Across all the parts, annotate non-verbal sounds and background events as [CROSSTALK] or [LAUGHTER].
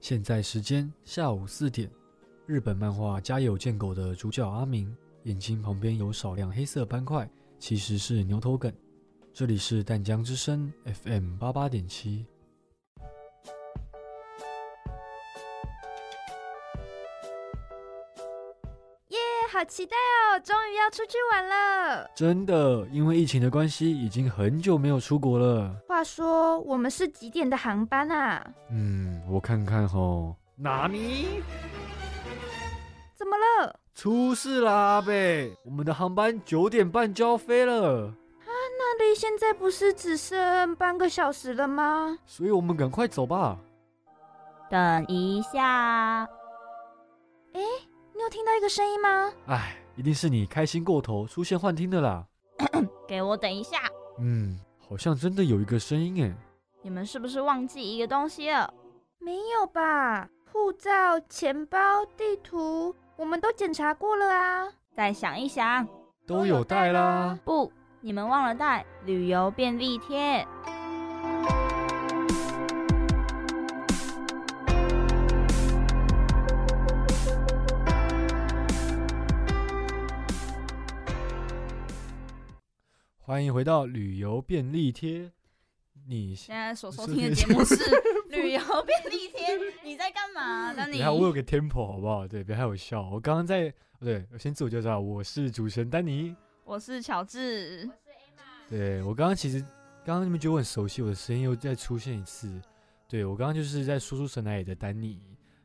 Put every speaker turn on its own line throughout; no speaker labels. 现在时间下午四点，日本漫画《家有贱狗》的主角阿明眼睛旁边有少量黑色斑块，其实是牛头梗。这里是淡江之声 FM 八八点七。
耶、好期待哦！终于要出去玩了。
真的，因为疫情的关系，已经很久没有出国了。
话说，我们是几点的航班啊？
嗯，我看看吼，纳尼？
怎么了？
出事啦，阿贝！我们的航班九点半就要飞了，
那离现在不是只剩半个小时了吗？
所以我们赶快走吧。
等一下，
你有听到一个声音吗？
哎，一定是你开心过头，出现幻听的啦。
给我等一下！
嗯，好像真的有一个声音欸诶。
你们是不是忘记一个东西了？
没有吧？护照、钱包、地图，我们都检查过了啊。
再想一想。
都有带啦。
不，你们忘了带旅游便利贴。
欢迎回到旅游便利贴。你
现在所收听的节
[LAUGHS]
目是旅游便利贴，你在干嘛？那
你
你
还我有个 tempo 好不好？对，别害我笑。我刚刚在，哦对，我先自我介绍，我是主持人丹尼。
我是乔治，
对我刚刚其实，刚刚你们觉得我很熟悉，我的声音又再出现一次。对我刚刚就是在说出神来也的丹尼。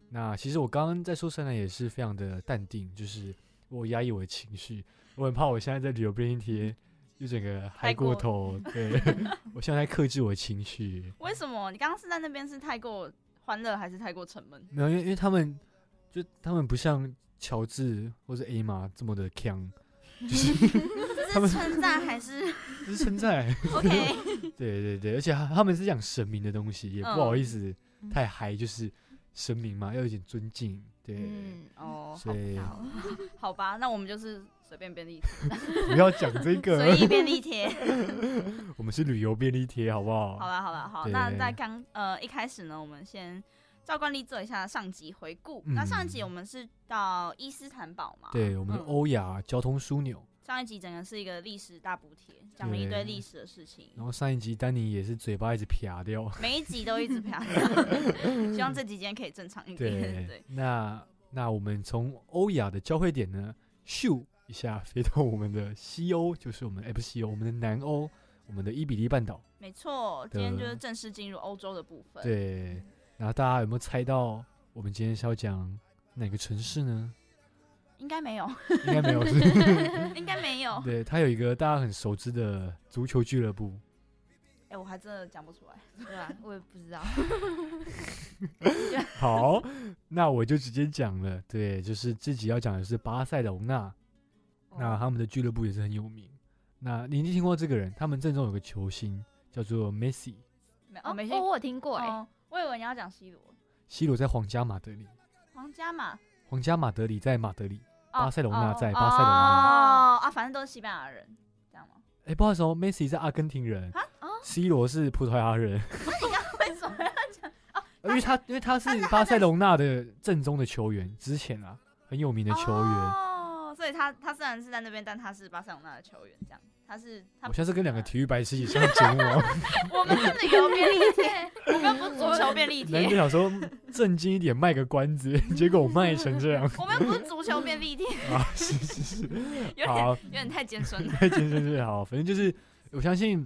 那其实我刚刚在说神来也是非常的淡定，就是我压抑我的情绪，我很怕我现在在旅游便利贴就整个嗨过头。对， [LAUGHS] 我现在在克制我的情绪。
为什么你刚刚是在那边是太过欢乐还是太过沉闷？
没有，因为因为他们就他们不像乔治或是 A 玛这么的强，他
这
们
是称赞
[LAUGHS]
还是
这是称赞。
OK？
对对对，而且他他们是讲神明的东西，也不好意思、
嗯
太嗨，就是神明嘛，要有点尊敬。对，
嗯，哦，
所以
好，好吧，那我们就是随便
[LAUGHS]
便利贴，
不要讲这
随
个，
意便利贴。
[LAUGHS] 我们是旅游便利贴，好不好？
好啦，好啦，好。
哦对
那在刚呃一开始呢，我们先照惯例做一下上集回顾。那上集
嗯
我们是到伊斯坦堡嘛？
对，我们哦的
嗯
欧亚交通枢纽。
上一集整个是一个历史大补贴，讲了一
对
堆历史的事情，
然后上一集丹尼也是嘴巴一直撇
[LAUGHS]
掉。
每一集都一直飘。希望这几天可以正常一点。
[LAUGHS] 对
[LAUGHS] 对，，
那那我们从欧亚的交汇点呢，咻一下飞到我们的西欧，就是我们哎不是西欧，我们的南欧，我们的伊比利半岛。
没错，今天就是正式进入欧洲的部分。
对，然后大家有没有猜到我们今天是要讲哪个城市呢？
应该没
[LAUGHS]
有，
应该没
[LAUGHS]
有，是
应该没有。
对，它有一个大家很熟知的足球俱乐部。
哎，我还真的讲不出来。
对啊，我也不知道。
好，那我就直接讲了，对，就是自己要讲的是巴塞隆纳，
哦
那他们的俱乐部也是很有名。那你一定听过这个人，他们阵中有个球星叫做 Messi，
没，
哦，
哦，没事。
哦我有听过哎、
哦，我以为你要讲 C 罗，
西罗在皇家马德里，
皇家嘛，
皇家马德里在马德里，
哦
巴塞隆纳
哦
在
哦
巴塞隆纳。
哦啊，反正都是西班牙人，这样吗？
哎、不好意思哦，Messi 是阿根廷人
啊
哦
，C 罗是葡萄牙人。
为什么要讲？
因为他因为他是巴塞隆纳的正宗的球员，之前啊很有名的球员。
哦，所以他他虽然是在那边，但他是巴塞罗那的球员，这样。他是他呃
我
不
下次
是
跟两个
巴
体育白痴一起上节目啊，
[LAUGHS] 我们真的有便利贴，我们不是足球便利
[LAUGHS] 男就
贴，
想说正经一点卖个关子，结果我卖成这样
[LAUGHS] 我们不是足球便利贴，
[LAUGHS] 啊！是是是，
[LAUGHS] 有点
好，
有点太尖酸
[LAUGHS]
了。
健身是好，反正就是我相信，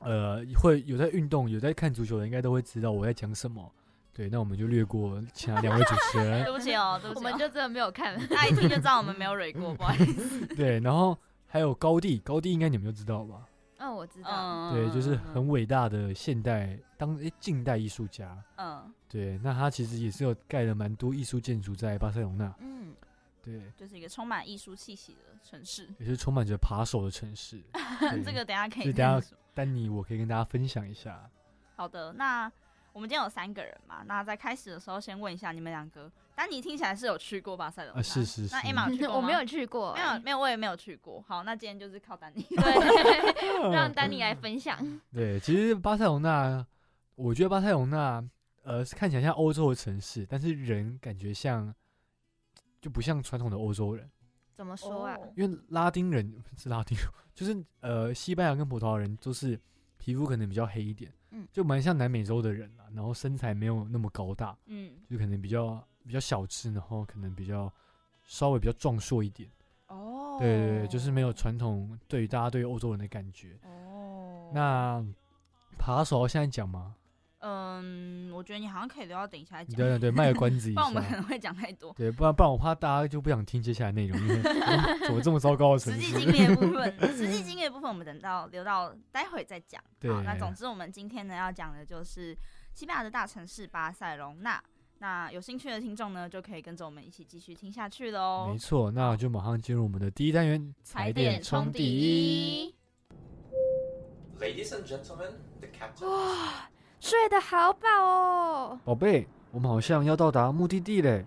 呃，会有在运动、有在看足球的，应该都会知道我在讲什么。对，那我们就略过其他两位主持人
[LAUGHS] 对。不起哦，对不
[LAUGHS] 我
起哦，
们就真的没有看。
大家一听就知道我们没有蕊过，不好意思。
对，然后还有高地，高地应该你们就知道吧？
嗯，我知道。
嗯，
对，啊就是
嗯
很伟大的现代当诶近代艺术家。
嗯，
对，那他其实也是有盖了蛮多艺术建筑在巴塞隆纳，
嗯，
对，
就是一个充满艺术气息的城市。
也是充满着扒手的城市。对
[LAUGHS] 这个等一下可
这等
以
一
再
下
说。
丹尼，我可以跟大家分享一下。
好的，那我们今天有三个人嘛，那在开始的时候先问一下你们两个，丹尼听起来是有去过巴塞罗那、
啊是是是
那 Emma 有去过
我
吗
没有，去过
没
欸、
有没有，我也没有去过。好，那今天就是靠丹尼。
[LAUGHS] 对， [LAUGHS] 让丹尼来分享。
对，其实巴塞隆纳，我觉得巴塞隆纳，呃看起来像欧洲的城市，但是人感觉像就不像传统的欧洲人，
怎么说啊？
因为拉丁人是拉丁人，就是呃西班牙跟葡萄牙人都是皮肤可能比较黑一点，
嗯
就蛮像南美洲的人啦，然后身材没有那么高大，
嗯，
就可能比较比较小只，然后可能比较稍微比较壮硕一点。
哦，
对对对，就是没有传统对于大家对欧洲人的感觉。
哦。
嗯那扒手要现在讲 [LAUGHS] 吗？
嗯，我觉得你好像可以留到等一下再
你
讲，
等等，对，卖个关子一
不然我们可
下。
能会讲太多。
对，不然不然我怕大家就不想听接下来内容，因为 [LAUGHS] 哦怎么这么糟糕的
实
城 [LAUGHS]
际
市？
经历的部分，实际经历的部分我们等到留到待会再讲。
对
好，那总之我们今天呢要讲的就是西班牙的大城市巴塞隆纳。那有兴趣的听众呢，就可以跟着我们一起继续听下去喽
没。错，那我就马上进入我们的第一单元，踩点冲第一。，
Ladies and gentlemen, the captain.
哇，睡得好饱哦！
宝贝，我们好像要到达目的地嘞。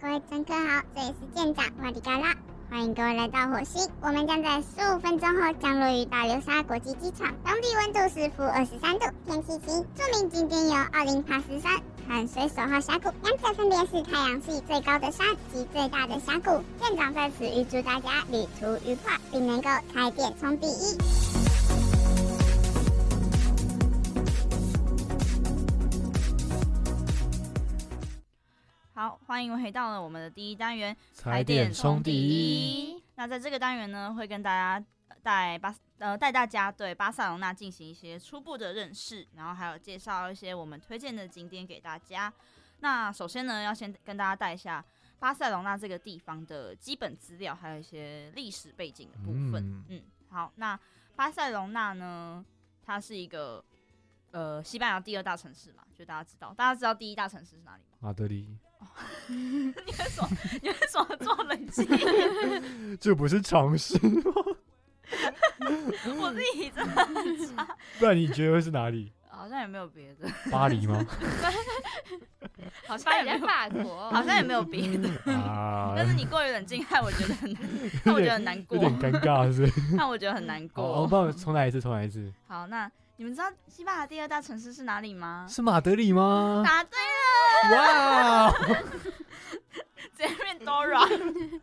各位乘客好，这里是舰长瓦迪嘎拉，欢迎各位来到火星。我们将在十五分钟后降落于大流沙国际机场，当地温度是负二十三度，天气晴。著名景点有奥林帕斯山和水手号峡谷，两者分别是太阳系最高的山及最大的峡谷。舰长在此预祝大家旅途愉快，并能够开店冲第一。
好，欢迎回到了我们的第一单元。
踩
点
点
冲
冲
第
第
一
一。
那在这个单元呢，会跟大家呃带巴呃带大家对巴塞隆纳进行一些初步的认识，然后还有介绍一些我们推荐的景点给大家。那首先呢，要先跟大家带一下巴塞隆纳这个地方的基本资料，还有一些历史背景的部分。嗯
嗯
好，那巴塞隆纳呢，它是一个呃西班牙第二大城市嘛，就大家知道，大家知道第一大城市是哪里吗？ [LAUGHS]
马德里，
你为什么 [LAUGHS] 你为什么做冷静？ [LAUGHS]
这不是常识吗？ [LAUGHS]
我自己真的很差。
不然你觉得会是哪里？
好像也没有别的，
[LAUGHS] 巴黎吗？
好像也
人
没
在
有，
法
[LAUGHS]
国，
哦好像也没有别的。
啊，
但是你过于冷静，害我觉
[LAUGHS]
得很难，害我觉得很难
有
过
点，尴尬，是不是？
害我觉得很难
好，我
过。
帮我重来一次，重来一次，
好，那你们知道西班牙第二大城市是哪里吗？
是马德里吗？
答对， [LAUGHS]
哇，
前面 Dora。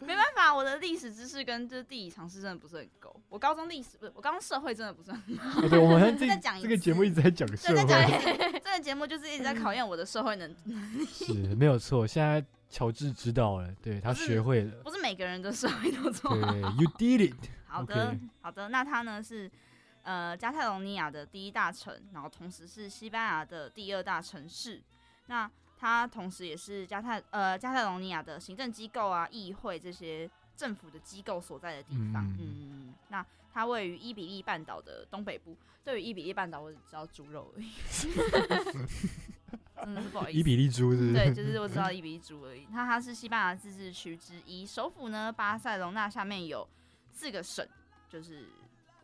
没办法，我的历史知识跟就是地理常识真的不是很够。我高中历史不是，我高中社会真的不是很
哦对，我们好像
再讲
这
一次
这个节目一直在讲社
对，在
会，
讲这个节目就是一直在考验我的社会能，
是没有错。现在乔治知道了，对他学会了，
不是每个人的社会都这
对
么好。
，You did
[LAUGHS]
it，
好的
OK
好的。那它呢是呃加泰隆尼亚的第一大城，然后同时是西班牙的第二大城市。那它同时也是加泰呃加泰隆尼亚的行政机构啊、议会这些政府的机构所在的地方。
嗯
嗯嗯嗯。那它位于伊比利半岛的东北部。对于伊比利半岛，我只知道猪肉
[LAUGHS]
而已， [LAUGHS] 真的是不好意思。
伊比利猪是不
对，
是？ [LAUGHS]
就是我知道伊比利猪而已。那它是西班牙自治区之一，首府呢巴塞隆纳下面有四个省，就是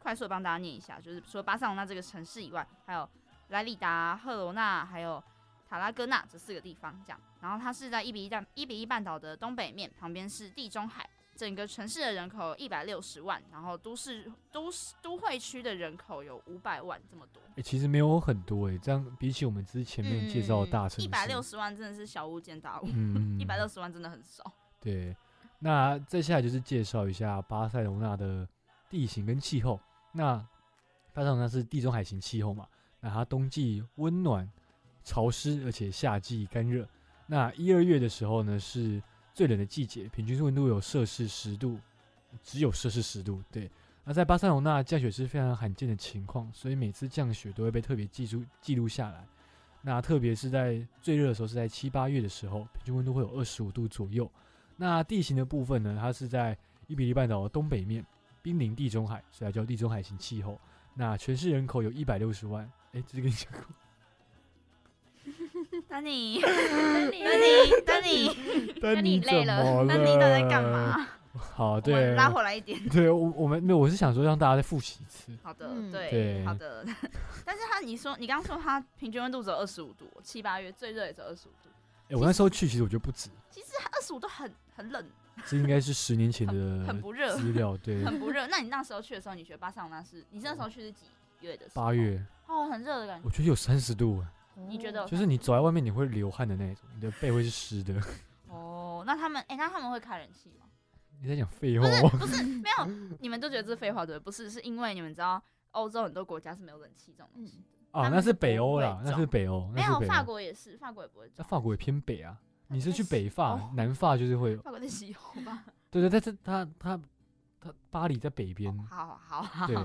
快速地帮大家念一下，就是除了巴塞隆纳这个城市以外，还有莱里达、赫罗纳，还有塔拉戈纳这四个地方这样。然后它是在伊比利半伊比利半岛的东北面，旁边是地中海。整个城市的人口一百六十万，然后都市都市都会区的人口有五百万这么多。
诶其实没有很多诶，这样比起我们之前面介绍的大城市，
嗯一百六十万真的是小巫见大巫，
嗯，嗯
一百
嗯
六十万真的很少。
对，那再下来就是介绍一下巴塞隆纳的地形跟气候。那巴塞隆纳是地中海型气候嘛？那它冬季温暖潮湿，而且夏季干热。那一二月的时候呢，是最冷的季节，平均温度有摄氏十度，只有摄氏十度。对，那在巴塞隆纳降雪是非常罕见的情况，所以每次降雪都会被特别记住记录下来。那特别是在最热的时候，是在七八月的时候，平均温度会有二十五度左右。那地形的部分呢，它是在伊比利半岛的东北面，濒临地中海，所以它叫地中海型气候。那全市人口有一百六十万，哎，这是跟你
[LAUGHS]
讲过，
[LAUGHS] 丹 [LAUGHS] 尼，
丹尼
丹 [LAUGHS] 尼，丹尼，
但
你
怎
累了
么
丹尼到底在干？嘛？
好，
我们
对，
拉回来一点。
对我我们没有，我是想说让大家再复习一次。
好的，
嗯
对，
对
好的。 [LAUGHS] 但是他，你说你刚刚说他平均温度只有二十五度，七八月最热也只有二十五度，
哎，我那时候去，其实我觉得不止，
其实二十五度很很冷，
这应该是十年前
很
的
不 [LAUGHS] 热，
资料，对，
很不热。那你那时候去的时候，你觉得巴塞罗那是？你那时候去是几月的时候？
八月，
哦，很热的感觉。
我觉得有三十度，啊
嗯
你觉得
就是你走在外面你会流汗的那种，你的背会是湿的。 [LAUGHS]
哦，那他们哎、那他们会开冷气吗？
你在讲废
不
话哦
是
吗？
不是没有，你们都觉得这是废话对不对？不是，是因为你们知道欧洲很多国家是没有冷气这种东
嗯
西，
啊，
他
那
们
是
是
北
不
欧
会
啦，那
种
是北欧，
没
哦那是
有
北
法
欧。
国也是，法国也不会
那
装。
法国也偏北啊，你是去
在
北法，
哦
南法就是会有。
法国在西欧吧？
对对，但是它它它巴黎在北边，
好好好
嗯
好
对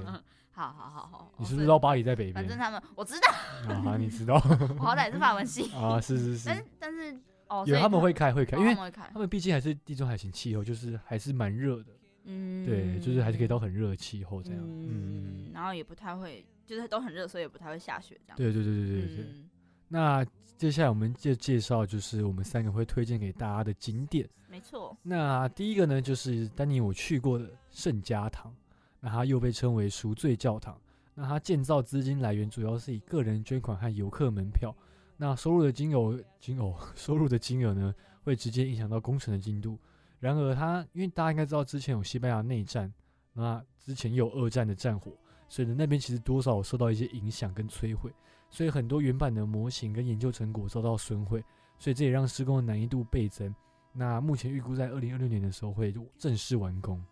好好好好，
你
哦
是不是知道？巴黎在北
反正
边？
他们我知道，
啊，你
[LAUGHS]
知道
我好歹也是法
[LAUGHS]
文系，
啊，是是是
但，是但是哦，所
有
以
他们会开会开，
哦
因为
他们会开
他，们毕竟还是地中海型气候，就是还是蛮热的，
嗯，
对，就是还是可以到很热的气候这样。嗯，嗯
嗯，然后也不太会，就是都很热，所以也不太会下雪这样。
对对对对对对。
嗯，
那接下来我们就介绍就是我们三个会推荐给大家的景点。
没错，
那第一个呢，就是丹尼我去过的圣家堂，那它又被称为赎罪教堂。那它建造资金来源主要是以个人捐款和游客门票。那收入的金额金额 [LAUGHS] 收入的金额呢，会直接影响到工程的进度。然而它，因为大家应该知道之前有西班牙内战，那之前也有二战的战火，所以呢那边其实多少有受到一些影响跟摧毁，所以很多原版的模型跟研究成果遭到损毁，所以这也让施工的难易度倍增。那目前预估在二零二六年的时候会正式完工。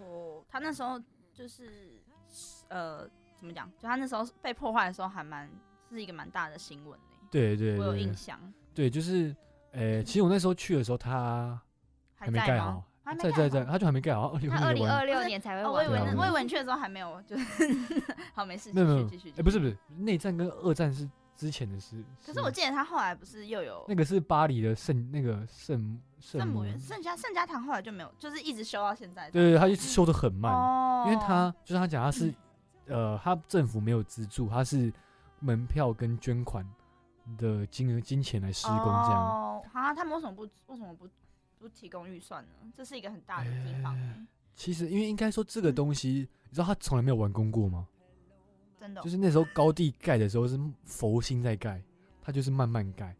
哦，他那时候就是呃，怎么讲？就他那时候被破坏的时候，还蛮是一个蛮大的新闻呢、
对对
我有
对
印，象，
对，就是，呃，其实我那时候去的时候，它还没
在
盖
吗
好？，
还没
在
盖
在
好
在，它就还没盖好，二零
他
二
二
六
零
年
二
完。
六
是
年才会
哦，我以
完
为
对啊
那
我
我
们
以为你去的时候还没有，就是 [LAUGHS] 好没事，
没有没有，
继续继续。
哎，不是
继续
不，是，内战跟二战是之前的事。
可是我记得他后来不是又有
那个是巴黎的圣那个圣圣
圣母
母，
院、圣家圣家堂，后来就没有，就是一直修到现在。
对对，对它就修的很慢，
哦，
因为它就是他讲他是，呃，他政府没有资助，他是门票跟捐款的金额金钱来施工这样。
哦，啊，他们为什么不为什么不不提供预算呢？这是一个很大的地
哎
方、欸，
其实，因为应该说
嗯
这个东西，你知道他从来没有完工过吗？
真的哦、
就是那时候高地盖的时候是佛心在盖，他就是慢慢盖。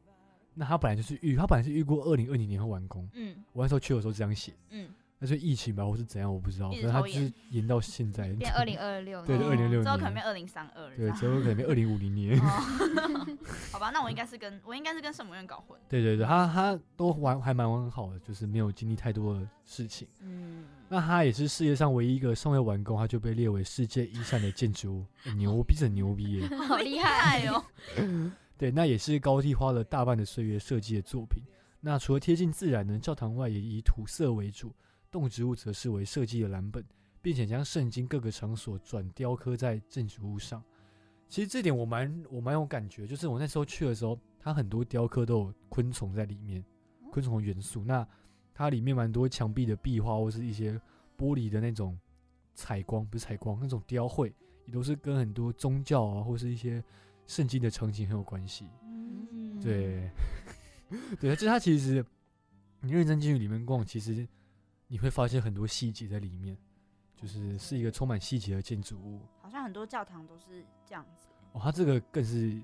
那他本来就是预，他本来是预估二零二零年会完工，
嗯
我那时候去的时候这样写，
嗯，
那是疫情吧，或是怎样，我不知道，
一
反
直
正他
拖
就是延到现在。
变二零二六，
对
哦
就2026
之后可
年
能变二零三二，
[LAUGHS] 对，之后可能变二零五零
[LAUGHS]
年。
[LAUGHS]
哦，好吧，那我应该是跟我应该是跟圣母院搞混。
对对对，他他都玩还蛮玩好的，就是没有经历太多的事情。
嗯，
那他也是世界上唯一一个尚未完工，他就被列为世界遗产的建筑物，欸牛逼，这很牛逼耶！
[LAUGHS] 好厉
[LAUGHS]
害
哦！
[LAUGHS] 对，那也是高地花了大半的岁月设计的作品。那除了贴近自然呢，教堂外也以土色为主，动植物则是为设计的蓝本，并且将圣经各个场所转雕刻在建筑物上。其实这点我蛮我蛮有感觉，就是我那时候去的时候，它很多雕刻都有昆虫在里面，昆虫的元素。那它里面蛮多墙壁的壁画或是一些玻璃的那种采光，不是采光，那种雕绘，也都是跟很多宗教啊或是一些圣经的场景很有关系。
嗯，
对， [LAUGHS] 对，就是它其实你认真进去里面逛，其实你会发现很多细节在里面，就是是一个充满细节的建筑物。
好像很多教堂都是这样子，
哦，它这个更是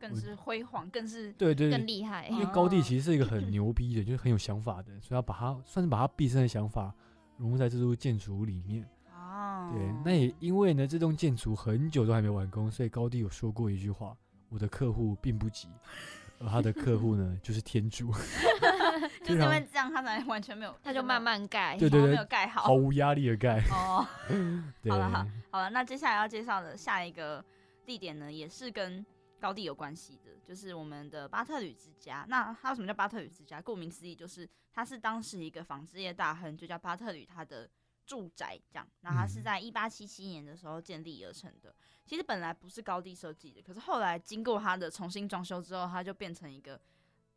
更是辉煌，更是
对对
更
对，
厉害
因。为高地其实是一个很牛逼的，就是很有想法的，所以要把它算是把它毕生的想法融入在这座建筑物里面。
哦，
对，那也因为呢，这栋建筑很久都还没完工，所以高地有说过一句话：我的客户并不急，而他的客户呢就是天主。
[LAUGHS] 就是因为这样，他才完全没有，
他就慢慢盖，
对对
没
对
有，盖好
毫。无压力的盖。
哦，
对，
好了好 [LAUGHS] 好了，那接下来要介绍的下一个地点呢，也是跟高地有关系的，就是我们的巴特吕之家。那它为什么叫巴特吕之家？顾名思义，就是它是当时一个纺织业大亨，就叫巴特吕他的住宅这样。那它是
嗯
在一八七七年的时候建立而成的。其实本来不是高地设计的，可是后来经过它的重新装修之后，它就变成一个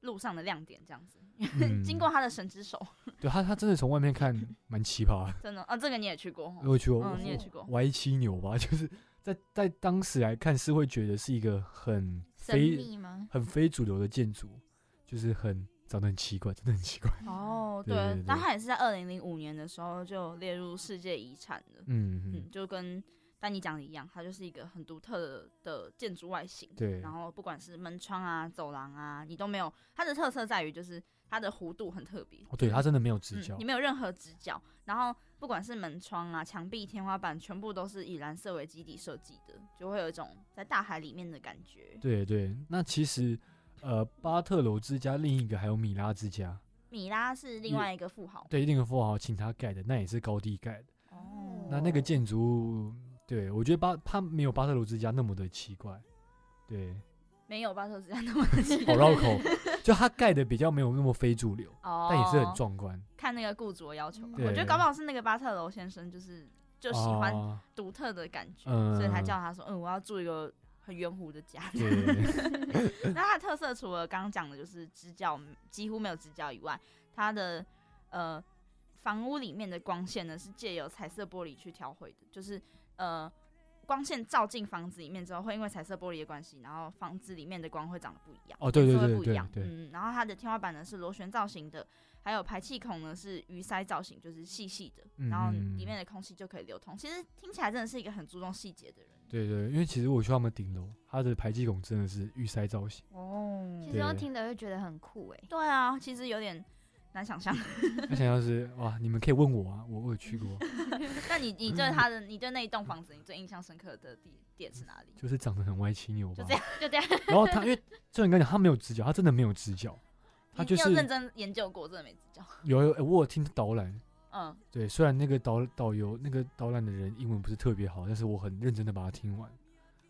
路上的亮点这样子。 [LAUGHS]
嗯
经过他的神之手，
对他，他真的从外面看蛮奇葩的。
真的啊，这个你也去过吼，
我有去过，
嗯，你也去过，
歪七扭八，就是在在当时来看是会觉得是一个很
神
非
秘吗？
很非主流的建筑，就是很长得很奇怪，真的很奇
[LAUGHS]
怪。
哦，
对对
对
对，
那它也是在二零零五年的时候就列入世界遗产的，
嗯嗯
嗯，就跟丹尼讲的一样，它就是一个很独特的的建筑外形。
对，
然后不管是门窗啊、走廊啊，你都没有它的特色在于就是它的弧度很特别。
哦，对，它真的没有直
嗯
角，
你没有任何直角，然后不管是门窗啊、墙壁、天花板，全部都是以蓝色为基底设计的，就会有一种在大海里面的感觉。
对对，那其实呃，巴特楼之家另一个还有米拉之家，
米拉是另
也
外一个富豪
对，另一个富豪请他盖的，那也是高地盖的。
哦
那那个建筑物，对我觉得巴它没有巴特楼之家那么的奇怪，对，
没有巴特之家那么奇
好
怪
绕口，就它盖的比较没有那么非主流，
哦，
但也是很壮观。
看那个雇主的要求吧。
对
我觉得搞不好是那个巴特楼先生就是就喜欢
啊
独特的感觉，
嗯
所以才叫他说，嗯，我要住一个很圆弧的家。
对
那它的特色除了刚刚讲的就是支教几乎没有支教以外，它的呃房屋里面的光线呢是借由彩色玻璃去调回的，就是呃光线照进房子里面之后，会因为彩色玻璃的关系，然后房子里面的光会长得不一样，
哦对对
[LAUGHS] 颜色会
对
不
对
一样，
对
嗯，然后它的天花板呢是螺旋造型的，还有排气孔呢是鱼鳃造型，就是细细的，然后
嗯
里面的空气就可以流通。其实听起来真的是一个很注重细节的人
对对，因为其实我去他们顶楼，它的排气孔真的是玉鳃造型，
哦
其实用
对
听的会觉得很酷哎、
对啊，其实有点难想象。 [LAUGHS]
那想要是哇，你们可以问我啊，我我有去过，
那你你对他的，你对那一栋房子，你最印象深刻的地点是哪里？
就是长得很歪七扭八
就。这样，
就这样。
然后它因为就你刚讲，它没有直角，它真的没有直角，它
你
就
你
是
有认真研究过，真的没指教。
有有、哎我有听导览，
嗯，
对，虽然那个导导游那个导览的人英文不是特别好，但是我很认真的把它听完。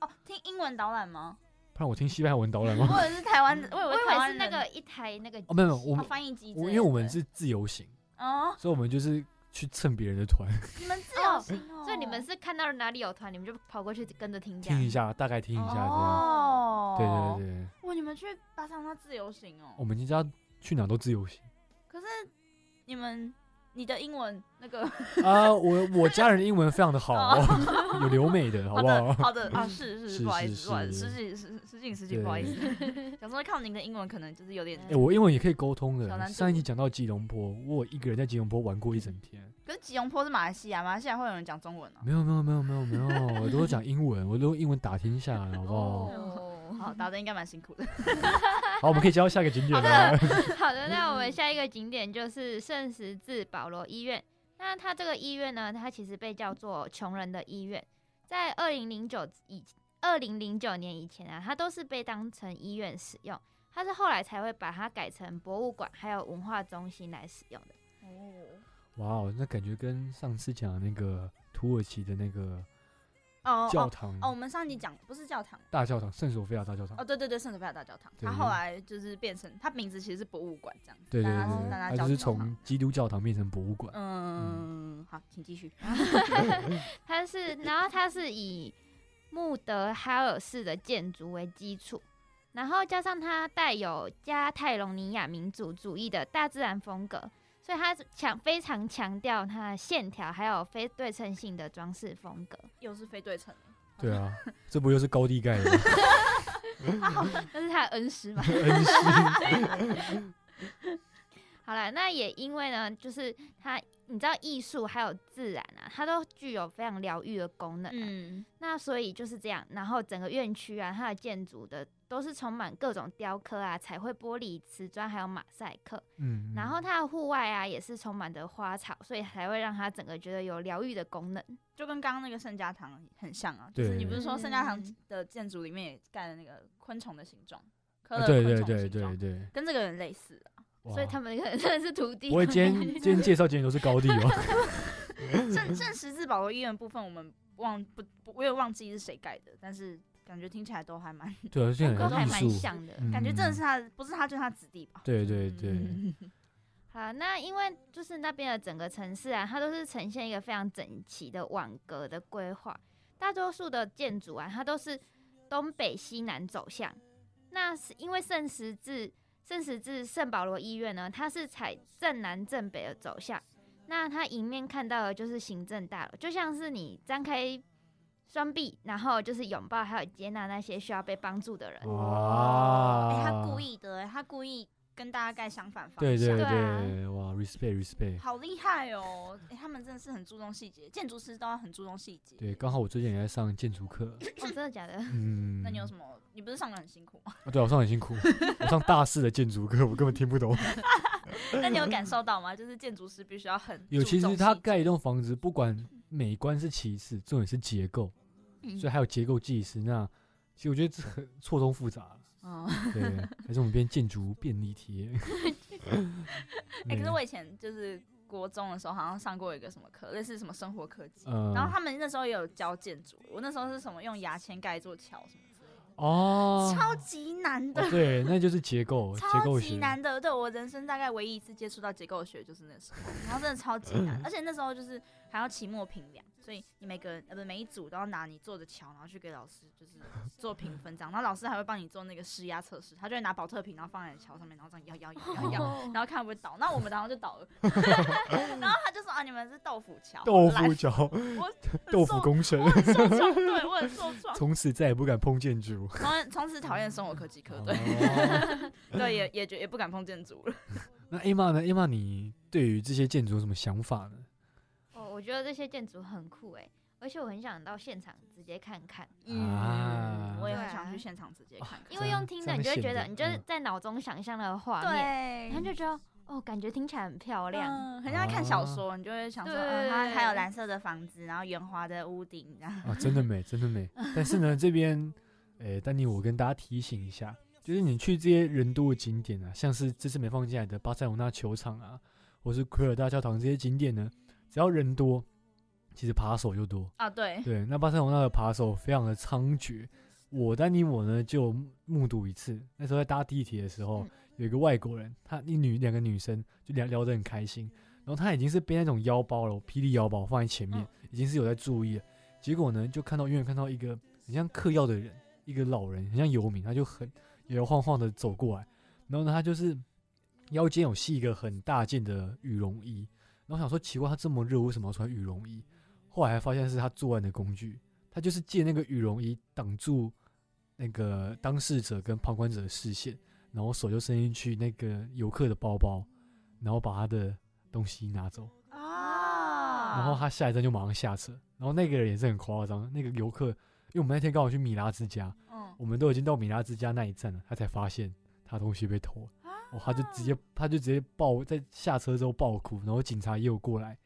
哦，听英文导览
[LAUGHS]
吗？
不然我听西班牙文导览
[LAUGHS]
吗？
或者是台湾的？我以
[LAUGHS] 我
为
以
台
为
湾
是那个一台那个
哦，没有没有，我
人哦
们、
翻译机之类的，
我因为我们是自由行，
哦，
所以我们就是去蹭别人的团，
你们自由行哦，
所以你们是看到哪里有团，你们就跑过去跟着听这样。
听一下，大概听一下这样。
哦，
对对对对，
对，哇，你们去巴塞罗那自由行哦
我，们家去哪都自由行
可是你们你的英文那个
啊！我我家人英文非常的好
哦
哦，有留美的好不
的
好？
好的啊，是
是
是，不好意
是
思，不好意思，
是
失敬失失敬失
对
敬，不好意思， [LAUGHS] 想说靠您的英文可能就是有点
哎、我英文也可以沟通
小
的。
难度
上一集讲到吉隆坡，我有一个人在吉隆坡玩过一整天。
可是吉隆坡是马来西亚，马来西亚会有人讲中文哦。
没有没有没有没有没有，我都讲英文，我都用英文打天下了，好不好？
哦，
好，打的应该蛮辛苦的。
好，我们可以接到下一个景点了。
[LAUGHS] 好的，那我们下一个景点就是圣十字保罗医院。那它这个医院呢，它其实被叫做穷人的医院，在二零零九以二零零九年以前啊，它都是被当成医院使用，它是后来才会把它改成博物馆还有文化中心来使用的。
哇哦，那感觉跟上次讲的那个土耳其的那个
哦
教
哦
堂，
哦，我们上集讲不是教堂
大教堂，圣索菲亚大教堂
哦，，对对对，圣索菲亚大教堂，
对
它后来就是变成它名字其实是博物馆这样子，
对对
但它
对
是，但它
它
叫
就是
教堂
从基督教堂变成博物馆。
嗯，好，请继续。
它是，然后它是以穆德哈尔式的建筑为基础，然后加上它带有加泰隆尼亚民族主义的大自然风格，所以它强非常强调它的线条还有非对称性的装饰风格。
又是非对称的，
对啊，这不又是高地盖
[LAUGHS]
的吗？ [LAUGHS]
那是它的恩师嘛？
恩师
好了，那也因为呢，就是它，你知道艺术还有自然啊，它都具有非常疗愈的功能、啊。
嗯，
那所以就是这样，然后整个院区啊，它的建筑的都是充满各种雕刻啊、彩绘、玻璃、瓷砖，还有马赛克。
嗯，
然后它的户外啊，也是充满着花草，所以才会让它整个觉得有疗愈的功能。
就跟刚刚那个圣家堂很像啊，就是
对
你不是说圣家堂
嗯
的建筑里面也盖了那个昆虫的形状，刻
啊
了
对对
昆虫的
对
形
对
状，
对，
跟这个很类似啊。
所以
哇
他们可能真的是徒弟。
不会今
[LAUGHS]
天今天介绍景点都是高地哦。
圣圣十字保罗医院部分我们忘不不，我也忘记是谁盖的，但是感觉听起来都还蛮
对啊，现在
都还
很
蛮
艺术，
像的。
嗯
感觉真的是。他，不是他就是他子弟吧？
对对对，
嗯，
好，那因为就是那边的整个城市啊，它都是呈现一个非常整齐的网格的规划，大多数的建筑啊，它都是东北西南走向。那是因为圣十字圣十字圣保罗医院呢，它是采正南正北的走向，那它迎面看到的就是行政大楼，就像是你张开双臂，然后就是拥抱还有接纳那些需要被帮助的人。哦
哇，
哎，他故意的，哎他故意跟大家概相反方
对
向。
对
对啊
对，哇，respect respect。
好厉害哦！诶他们真的是很注重细节，建筑师都要很注重细节。
对，刚好我最近也在上建筑
[LAUGHS]
课，
哦，真的假的？
嗯，
那你有什么？你不是上的很辛苦吗？
啊？对，我上很辛
[LAUGHS]
苦，我上大四的建筑课，我根本听不懂。
[LAUGHS] 那你有感受到吗？就是建筑师必须要很
有，
注
其
重
实它
细节
盖一栋房子，不管美观是其次，重点是结构，
嗯
所以还有结构技师。那其实我觉
[LAUGHS]
得这很错综复杂，
嗯，
对，还是我们变建筑便利贴。
[LAUGHS] 哎、可是
对 [LAUGHS]
我以前就是国中的时候，好像上过一个什么课，类似什么生活科技，
呃，
然后他们那时候也有教建筑，我那时候是什么用牙签盖一座桥什么之类的，
哦，
超级难的，
哦对，那就是结构，结
超
构
级
学，
难的。对我人生大概唯一一次接触到结构学就是那时候，然后真的超级难，而且那时候就是还要期末评量，所以你每个人呃不每一组都要拿你做的桥，然后去给老师就是做评分这样，然后老师还会帮你做那个施压测试，他就会拿保特瓶然后放在你桥上面，然后这样摇摇摇摇摇，
哦
然后看会不会倒。那我们当时就倒
[LAUGHS]
了，然后他就说啊，你们是豆腐桥，
豆
我来
腐
[LAUGHS]
桥，
很
豆腐
受
工程
[LAUGHS] 我，很受创，对我很受创，
从此再也不敢碰建筑。
从从此讨厌生活科技科，对
哦
对，也也觉也不敢碰建筑了。
那 Emma 呢？Emma，你对于这些建筑有什么想法呢？
哦，我觉得这些建筑很酷哎，而且我很想到现场直接看看，
啊
我也很
对啊
想去现场直接
哦
看看。
因为用听的你就会觉得，你就是
嗯
在脑中想象那个画面，
对
然后就觉得哦，感觉听起来很漂亮。
嗯
哦
很像在看小说，你就会想说，
对
嗯，它还有蓝色的房子，然后圆滑的屋顶，然后
啊，真的美，真的美。但是呢，这边，诶，丹尼，我跟大家提醒一下，就是你去这些人多的景点啊，像是这次没放进来的巴塞罗那球场啊，或是奎尔大教堂这些景点呢，只要人多，其实扒手就多。[LAUGHS]
啊，对，
对，那巴塞罗那的扒手非常的猖獗。我丹尼我呢就目睹一次，那时候在搭地铁的时候，
嗯
有一个外国人，她一女两个女生就聊聊得很开心，然后她已经是背那种腰包了，霹雳腰包放在前面，已经是有在注意了。结果呢，就看到远远看到一个很像嗑药的人，一个老人，很像游民，他就很摇摇晃晃的走过来，然后呢，他就是腰间有系一个很大件的羽绒衣，然后我想说奇怪，他这么热为什么要穿羽绒衣？后来还发现是他作案的工具，他就是借那个羽绒衣挡住那个当事者跟旁观者的视线，然后手就伸进去那个游客的包包，然后把他的东西拿走，
啊
然后他下一站就马上下车，然后那个人也是很夸张，那个游客，因为我们那天刚好去米拉之家，
嗯，
我们都已经到米拉之家那一站了，他才发现他东西被偷了，哦，他就直接他就直接爆在下车之后爆哭，然后警察也有过来，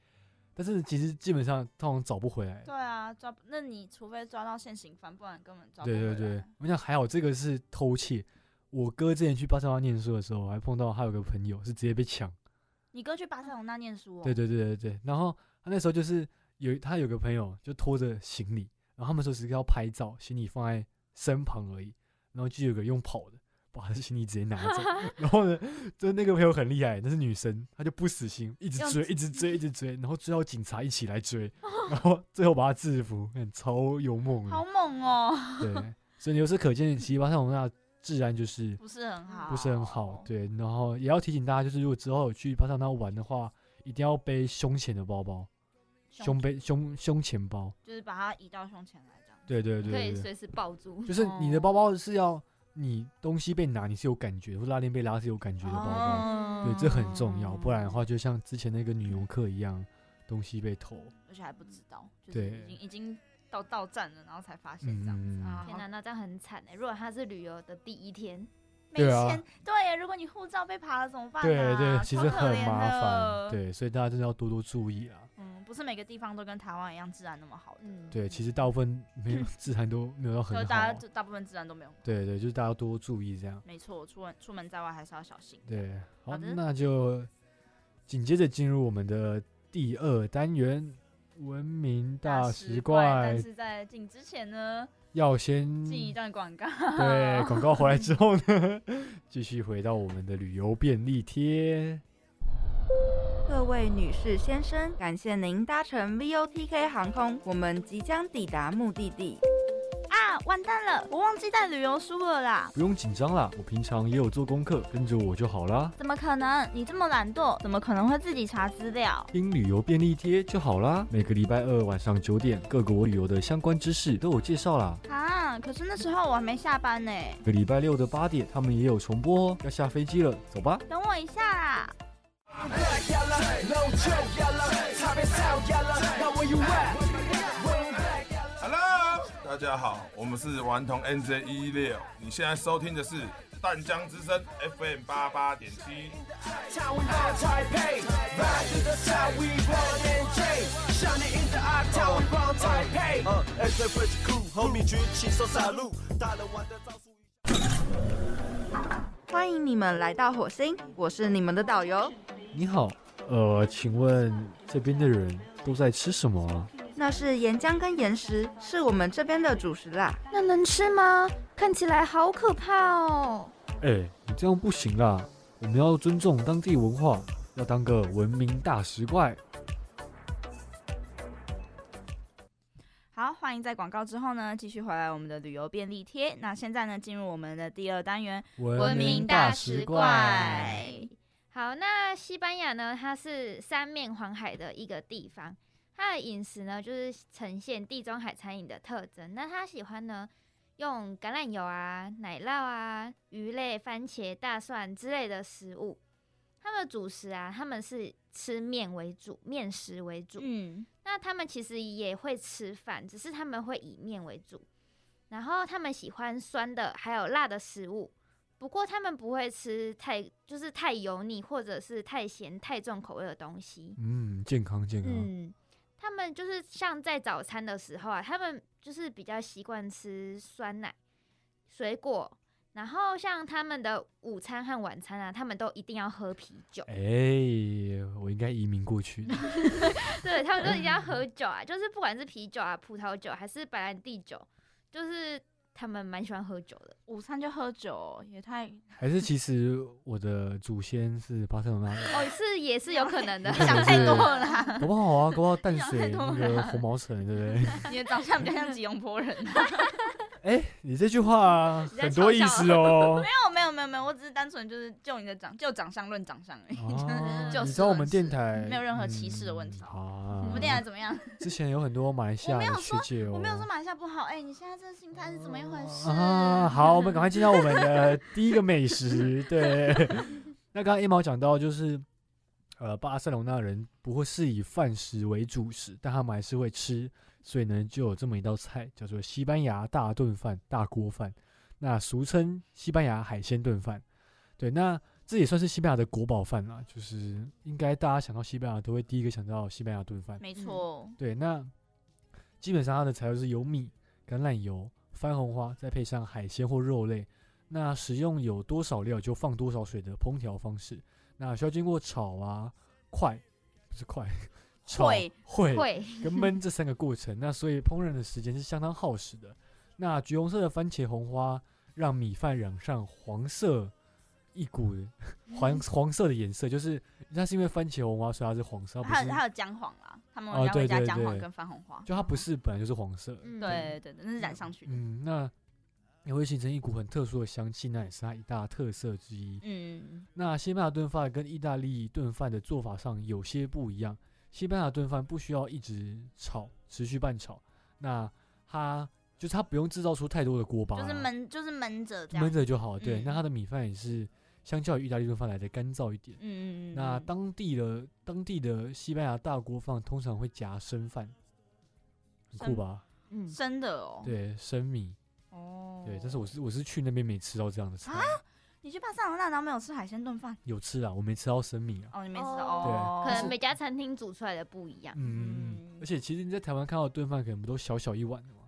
但是其实基本上通常找不回来
对。啊，抓不，那你除非抓到现行犯，不然根本抓不
对对
回
对
来，
我想还好这个是偷窃。我哥之前去巴塞罗那念书的时候，还碰到他有个朋友是直接被抢。
你哥去巴塞罗那念书哦，
对对对对对，然后他那时候就是有他有个朋友就拖着行李，然后他们说只是要拍照，行李放在身旁而已，然后就有个用跑的把他的行李直接拿走，然后呢，就那个朋友很厉害，那是女生，她就不死心，一直
用
追，一直追，一直追，然后追到警察一起来追，然后最后把他制服，很超有梦
好
的，
猛哦，
对，所以由此可见，其实巴塞罗那治安就是
不是很好，
不是很
哦
好，，对，然后也要提醒大家，就是如果之后有去巴塞罗那玩的话，一定要背胸前的包包，胸背胸胸前包，
就是把它移到胸前来这样。
对对
可
对
以
对对，
随时抱住，
就是你的
哦
包包是要你东西被拿，你是有感觉，或拉链被拉是有感觉的包包，
哦嗯
对，这很重要，不然的话就像之前那个女游客一样，东西被偷，
而且还不知道，就是
对
已经已经到到站了，然后才发现这样子。
嗯，
啊
天哪，那这样很惨哎！如果他是旅游的第一天，
没
对啊
钱，对耶，如果你护照被扒了怎么办、啊？
对对，其
超
实
可
很
怜
麻
的
烦，，对，所以大家真的要多多注意啊。
嗯，不是每个地方都跟台湾一样治安那么好的，
嗯，
对，其实大部分没
[LAUGHS]
有治安都没有到很
就
好
大家
啊，
就大部分治安都没有。
对对，就是大家多注意这样。
没错，出门出门在外还是要小心。
对，好，
好的
那就紧接着进入我们的第二单元——文明大
石
石
怪，
怪
但。是在进之前呢，
要先
[LAUGHS] 进一段广告。
对广告回来之后呢， [LAUGHS] 继续回到我们的旅游便利贴。
[LAUGHS] 各位女士、先生，感谢您搭乘 VOTK 航空，我们即将抵达目的地。
啊，完蛋了，我忘记带旅游书了啦！
不用紧张啦，我平常也有做功课，跟着我就好啦。
怎么可能？你这么懒惰，怎么可能会自己查资料？
听旅游便利贴就好啦。每个礼拜二晚上九点，各国旅游的相关知识都有介绍啦。
啊，可是那时候我还没下班呢。
每个礼拜六的八点，他们也有重播哦。要下飞机了，走吧。
等我一下啦。
Hello，大家好，我们是顽童 NJ 一六，你现在收听的是淡江之声 FM 八八点七。
欢迎你们来到火星，我是你们的导游。
你好，呃，请问这边的人都在吃什么啊？
那是岩浆跟岩石，是我们这边的主食啦。
那能吃吗？看起来好可怕哦！
哎、你这样不行啦，我们要尊重当地文化，要当个文明大食怪。
好，欢迎在广告之后呢，继续回来我们的旅游便利贴。那现在呢，进入我们的第二单元
文
明大食怪。好，那西班牙呢，它是三面环海的一个地方，它的饮食呢就是呈现地中海餐饮的特征。那它喜欢呢用橄榄油啊、奶酪啊、鱼类、番茄、大蒜之类的食物。他们的主食啊，他们是吃面为主，面食为主。
嗯，
那他们其实也会吃饭，只是他们会以面为主。然后他们喜欢酸的还有辣的食物，不过他们不会吃太就是太油腻或者是太咸太重口味的东西。
嗯，健康健康。
嗯，他们就是像在早餐的时候啊，他们就是比较习惯吃酸奶、水果。然后像他们的午餐和晚餐啊，他们都一定要喝啤酒。
哎、我应该移民过
[LAUGHS]
去。
对他们都一定要喝酒啊，就是不管是啤酒啊、葡萄酒还是白兰地酒，就是他们蛮喜欢喝酒的。
午餐就喝酒哦，也太
还是其实我的祖先是巴塞罗那人，
哦，是也是有可
[LAUGHS]
能的，
有可能
[LAUGHS] 想
是
太
太
多
多
了。
了 [LAUGHS] 啦。
搞不好
[LAUGHS]
啊，搞不好淡
想太
水
多
那个
了
红毛城，对不对？
你的长相比较像吉隆坡 [LAUGHS] 人、
哎、你这句话
你在
很多
嘲
意
笑
思哦。
没有没有没有没有，我只是单纯就是就你的长就长相论长相而已。
啊
[LAUGHS] 就
你
事
知道我
论
们电
事
台
没有任何歧视的问题哦
嗯啊，
我们电台怎么样？
之前有很多马来西亚
我没有
的学
说
姐哦。
我没有说马来西亚不好，哎、你现在这个心态是怎么一回事？
啊，好，我们赶快进到我们的第一个美食。对，那刚刚一毛讲到就是，呃，巴塞隆那人不会是以饭食为主食，但他们还是会吃，所以呢，就有这么一道菜叫做西班牙大炖饭、大锅饭，那俗称西班牙海鲜炖饭。对，那这也算是西班牙的国宝饭啦，就是应该大家想到西班牙都会第一个想到西班牙炖饭。
[LAUGHS] 没错，
对，那基本上它的材料是由米、橄榄油、番红花，再配上海鲜或肉类。那使用有多少料就放多少水的烹调方式。那需要经过炒啊、快，不是快，炒、
烩
烩、
会，
跟焖这三个过程。那所以烹饪的时间是相当耗时的。那橘红色的番茄红花让米饭染上黄色一股的黄黄色的颜色，就是那是因为番茄红花，所以它是黄色，它不
还
是
有还有姜黄啦，他们
哦
家会
对
加
对
姜黄
对
跟番红花。
就它不是本来就是黄色的。
嗯，
[LAUGHS] 对对对，那是染上去的。
嗯，那也会形成一股很特殊的香气，那也是它一大特色之一。
嗯，
那西班牙炖饭跟意大利炖饭的做法上有些不一样。西班牙炖饭不需要一直炒，持续拌炒，那它就是它不用制造出太多的锅巴
就是
啦，
闷，就是闷着这样。
焖着就好。对，那
嗯
它的米饭也是相较于意大利炖饭来的干燥一点。
嗯。嗯嗯。
那
嗯
当地的当地的西班牙大锅饭通常会夹生饭，很酷
生
吧？
嗯，
真的哦。。
对，生米。
哦。
对，但是我是我是去那边没吃到这样的
啊
菜。
你去巴塞罗那，然后没有吃海鲜炖饭？
有吃啊，我没吃到生米啊。
哦，你没吃到
哦
哦。
可能每家餐厅煮出来的不一样。
嗯嗯嗯。而且其实你在台湾看到的炖饭，可能不都小小一碗的嘛，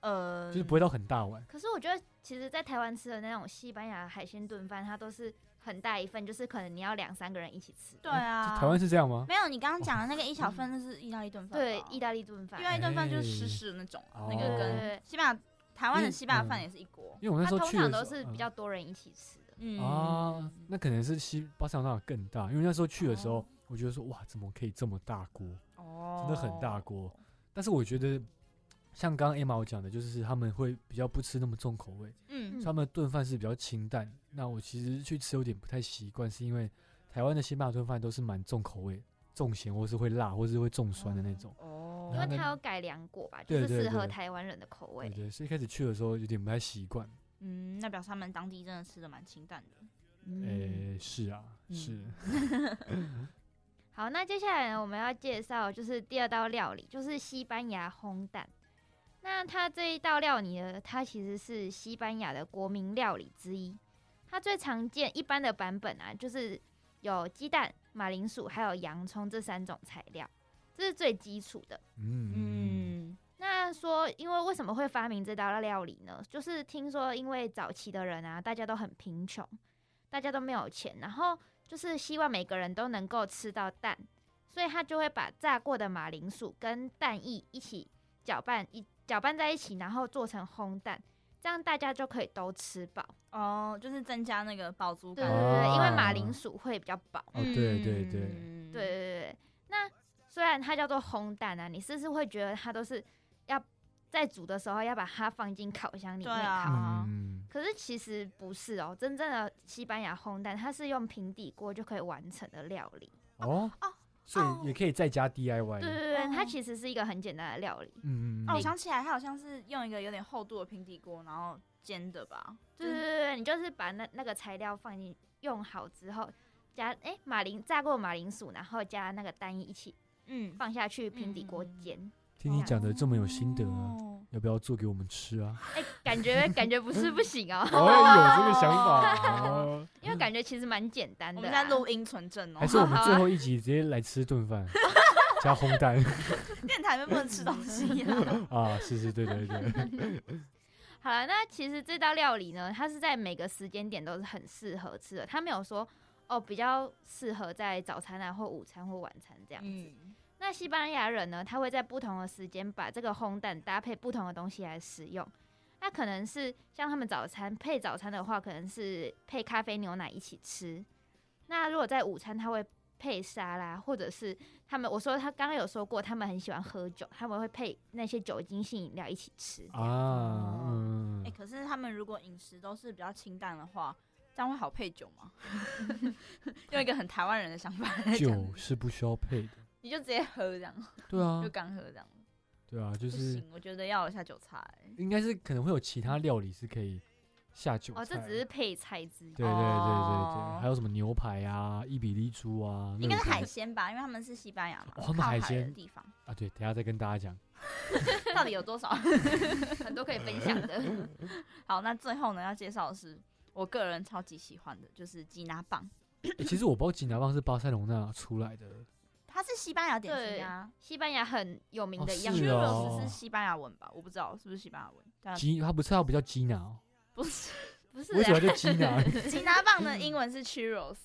呃，
嗯
就是不会到很大碗。
可是我觉得，其实，在台湾吃的那种西班牙海鲜炖饭，它都是很大一份，就是可能你要两三个人一起吃。
对啊，
台湾是这样吗？
没有你刚刚讲的那个一小份，那是意大利炖饭吧。
对，意大利炖饭啊
意，大利炖饭就是湿湿的那种，啊那个跟
对，
西班牙、台湾的西班牙
哎哦嗯
饭也是一锅。
因为我那
它
时候
通
去的
常
时候
都是比较多人一起吃的。
嗯
嗯
啊，那可能是西巴塞罗那更大，因为那时候去的时
哦
候，我觉得说哇，怎么可以这么大锅？
哦
真的很大锅。但是我觉得像刚刚 Emma 我讲的，就是他们会比较不吃那么重口味，所以
嗯，
他们的炖饭是比较清淡。那我其实去吃有点不太习惯，是因为台湾的辛巴炖饭都是蛮重口味、重咸或是会辣或是会重酸的那种。
哦
因为
那
它有改良过吧，就
对
是
对
适
对
合台湾人的口味
对。哎对，所以一开始去的时候有点不太习惯。
嗯，那表示他们当地真的吃的蛮清淡的。
嗯
诶、是啊，是
好，那接下来呢，我们要介绍就是第二道料理，就是西班牙烘蛋。那它这一道料理呢，它其实是西班牙的国民料理之一。它最常见一般的版本啊，就是有鸡蛋、马铃薯还有洋葱这三种材料，这是最基础的。
嗯嗯
那说，因为为什么会发明这道料理呢？就是听说，因为早期的人啊，大家都很贫穷，大家都没有钱，然后就是希望每个人都能够吃到蛋，所以他就会把炸过的马铃薯跟蛋液一起搅拌一搅拌在一起，然后做成烘蛋，这样大家就可以都吃饱。
哦，就是增加那个饱足
对
感。
对对对，因为马
啊
铃薯会比较饱。
哦，对对对，
对对对
嗯
对。那虽然它叫做烘蛋啊，你是不是会觉得它都是要在煮的时候要把它放进烤箱里
对
面烤？
啊
嗯，
可是其实不是哦，真正的西班牙烘蛋，它是用平底锅就可以完成的料理。
哦
哦
所以也可以在家 DIY。
对对对，
哦
它其实是一个很简单的料理。
嗯嗯
哦，我
嗯
想起来，它好像是用一个有点厚度的平底锅，然后煎的吧？
对对对对，你就是把那那个材料放进用好之后，加哎马铃炸过马铃薯，然后加那个蛋液一起
嗯，
放下去平底锅
嗯嗯嗯
煎。
听你讲的这么有心得啊，
哦
要不要做给我们吃啊？，
哎、感觉感觉不是 [LAUGHS] 不行哦
我也有这个想法，哦
因为感觉其实蛮简单
我
的、啊。
们在录音存证哦
还，是我们最后一集直接来吃顿饭加烘蛋
[LAUGHS]
[LAUGHS]
电台里面不能吃东西啦。
啊？是是，对对对，
好了，那其实这道料理呢，它是在每个时间点都是很适合吃的。它没有说哦，比较适合在早餐啊，或午餐或晚餐这样子。
[LAUGHS] 嗯，
那西班牙人呢，他会在不同的时间把这个烘蛋搭配不同的东西来使用。那可能是像他们早餐配早餐的话，可能是配咖啡、牛奶一起吃。那如果在午餐，他会配沙拉，或者是他们我说他刚刚有说过，他们很喜欢喝酒，他们会配那些酒精性饮料一起吃。
啊，嗯
哎，，可是他们如果饮食都是比较清淡的话，这样会好配酒 [LAUGHS] 吗？用一个很台湾人的想法来哎讲，
酒是不需要配的，
你就直接喝这样，
对啊
就，干喝这样。
对啊，就
不
是
行，我觉得要有下酒菜。
应该是可能会有其他料理是可以下酒菜，
哦，这只是配菜之一。
对对对对
哦
对，还有什么牛排啊、伊比利猪啊，
应该是
那种
海鲜吧，因为他们是西班牙嘛，
哦
靠
他们海
海
鲜
的地方， [LAUGHS]
啊，对，等一下再跟大家
[CLEARS THROAT]
讲，
到底有多少？ [LAUGHS]
很多可以分享的。
嗯
好，那最后呢，要介绍的是我个人超级喜欢的，就是吉拿棒，
欸其实我不知道吉拿棒是巴塞隆纳出来的，
它是西班牙点心啊，
西班牙很有名的
哦
一
对
样
是
东西
哦
这是西班牙文吧？我不知道是不是西班牙文，但
[LAUGHS] 吉它不是它比较吉拿哦，
不啊是。
不是
为什么
啊？
叫吉拿？
吉拿棒的英文是 churros，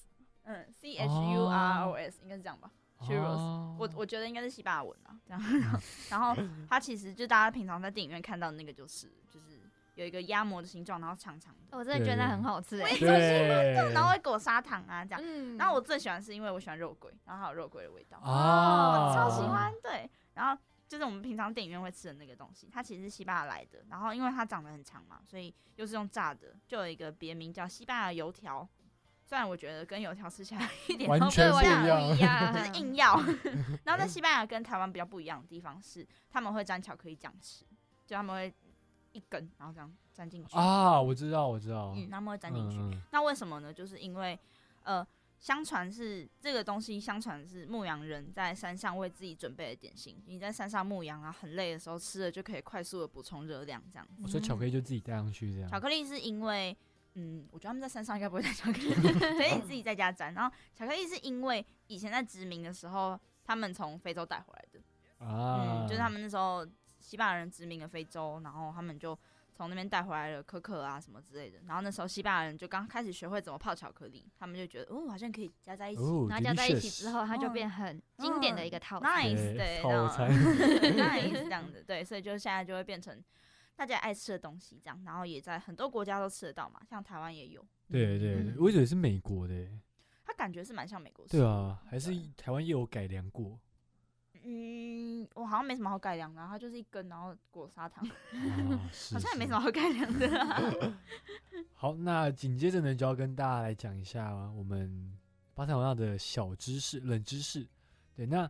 嗯，c h u r o s，应该是这样吧？Churros，
哦
我我觉得应该是西班牙文啊，这样。 [LAUGHS] 然后它其实就大家平常在电影院看到的那个，就是就是有一个鸭膜的形状，然后长长的，
我真的觉得它很好吃哎、
[LAUGHS]
对，
然后会裹砂糖啊这样。
嗯
然后我最喜欢是因为我喜欢肉桂，然后还有肉桂的味道，
啊，
超喜欢。对，然后就是我们平常电影院会吃的那个东西，它其实是西班牙来的。然后因为它长得很长嘛，所以又是用炸的，就有一个别名叫西班牙油条。虽然我觉得跟油条吃起来 [LAUGHS] 一点
完
都不
全
对
不一
完全
样
不一样，
就是硬要。然后在西班牙跟台湾比较不一样的地方是，他们会沾巧克力酱吃，就他们会一根，然后这样沾进去，
啊！我知道，我知道，
嗯，他们会沾进去。
嗯，
那为什么呢？就是因为，呃，相传是这个东西，相传是牧羊人在山上为自己准备的点心。你在山上牧羊啊，很累的时候吃了就可以快速的补充热量，这样子。
嗯所以巧克力就自己带上去这样。
巧克力是因为，嗯，我觉得他们在山上应该不会带巧克力， [LAUGHS] 所以你自己在家沾。然后巧克力是因为以前在殖民的时候，他们从非洲带回来的，
啊，
嗯，就是他们那时候西班牙人殖民了非洲，然后他们就从那边带回来了可可啊什么之类的。然后那时候西班牙人就刚开始学会怎么泡巧克力，他们就觉得哦，好像可以加在一起、
哦，
然后加在一起之
delicious，
后，它就变很经典的一个套餐。
n i
对
c e 对，
套
然后
餐
[LAUGHS]
[LAUGHS]
nice 这样子，对，所以就现在就会变成大家爱吃的东西这样，然后也在很多国家都吃得到嘛，像台湾也有。
对对对
嗯，
我以为是美国的耶，欸
它感觉是蛮像美国式
对啊
的， [LAUGHS]
啊，还是台湾也有改良过，
嗯嗯，我好像没什么好改良的啊，它就是一根，然后裹砂糖，
啊是
好像也没
是
什么好改良的啊、
[LAUGHS] 好，那紧接着呢，就要跟大家来讲一下我们巴塞罗那的小知识、冷知识。对，那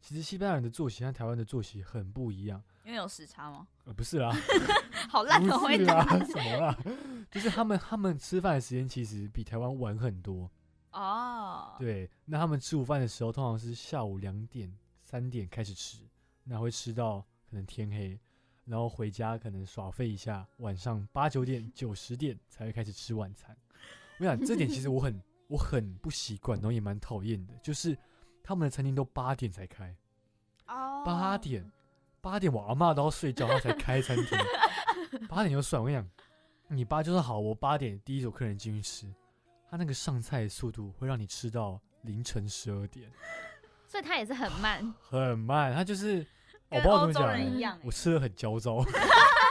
其实西班牙人的作息和台湾的作息很不一样。
因为有时差吗？
呃，不是啦，
[LAUGHS] 好烂哦的
不
回
是
答
啦，什么啦？ [LAUGHS] 就是他们他们吃饭的时间其实比台湾晚很多。
哦。
对，那他们吃午饭的时候通常是下午两点、三点开始吃，那会吃到可能天黑，然后回家可能耍废一下，晚上八九点、九十点才会开始吃晚餐。我想这点其实我很我很不习惯，然后也蛮讨厌的，就是他们的餐厅都八点才开，
哦
八点八点我阿嬷都要睡觉，她才开餐厅，
[LAUGHS]
八点就算。我跟你讲，你八就算好，我八点第一组客人进去吃，他那个上菜速度会让你吃到凌晨十二点，。
所以它也是很慢
很慢。他
[LAUGHS]
就是我不
跟
知道
欧
怎么
洲
讲
人
欸，
一样欸、
我吃的很焦躁，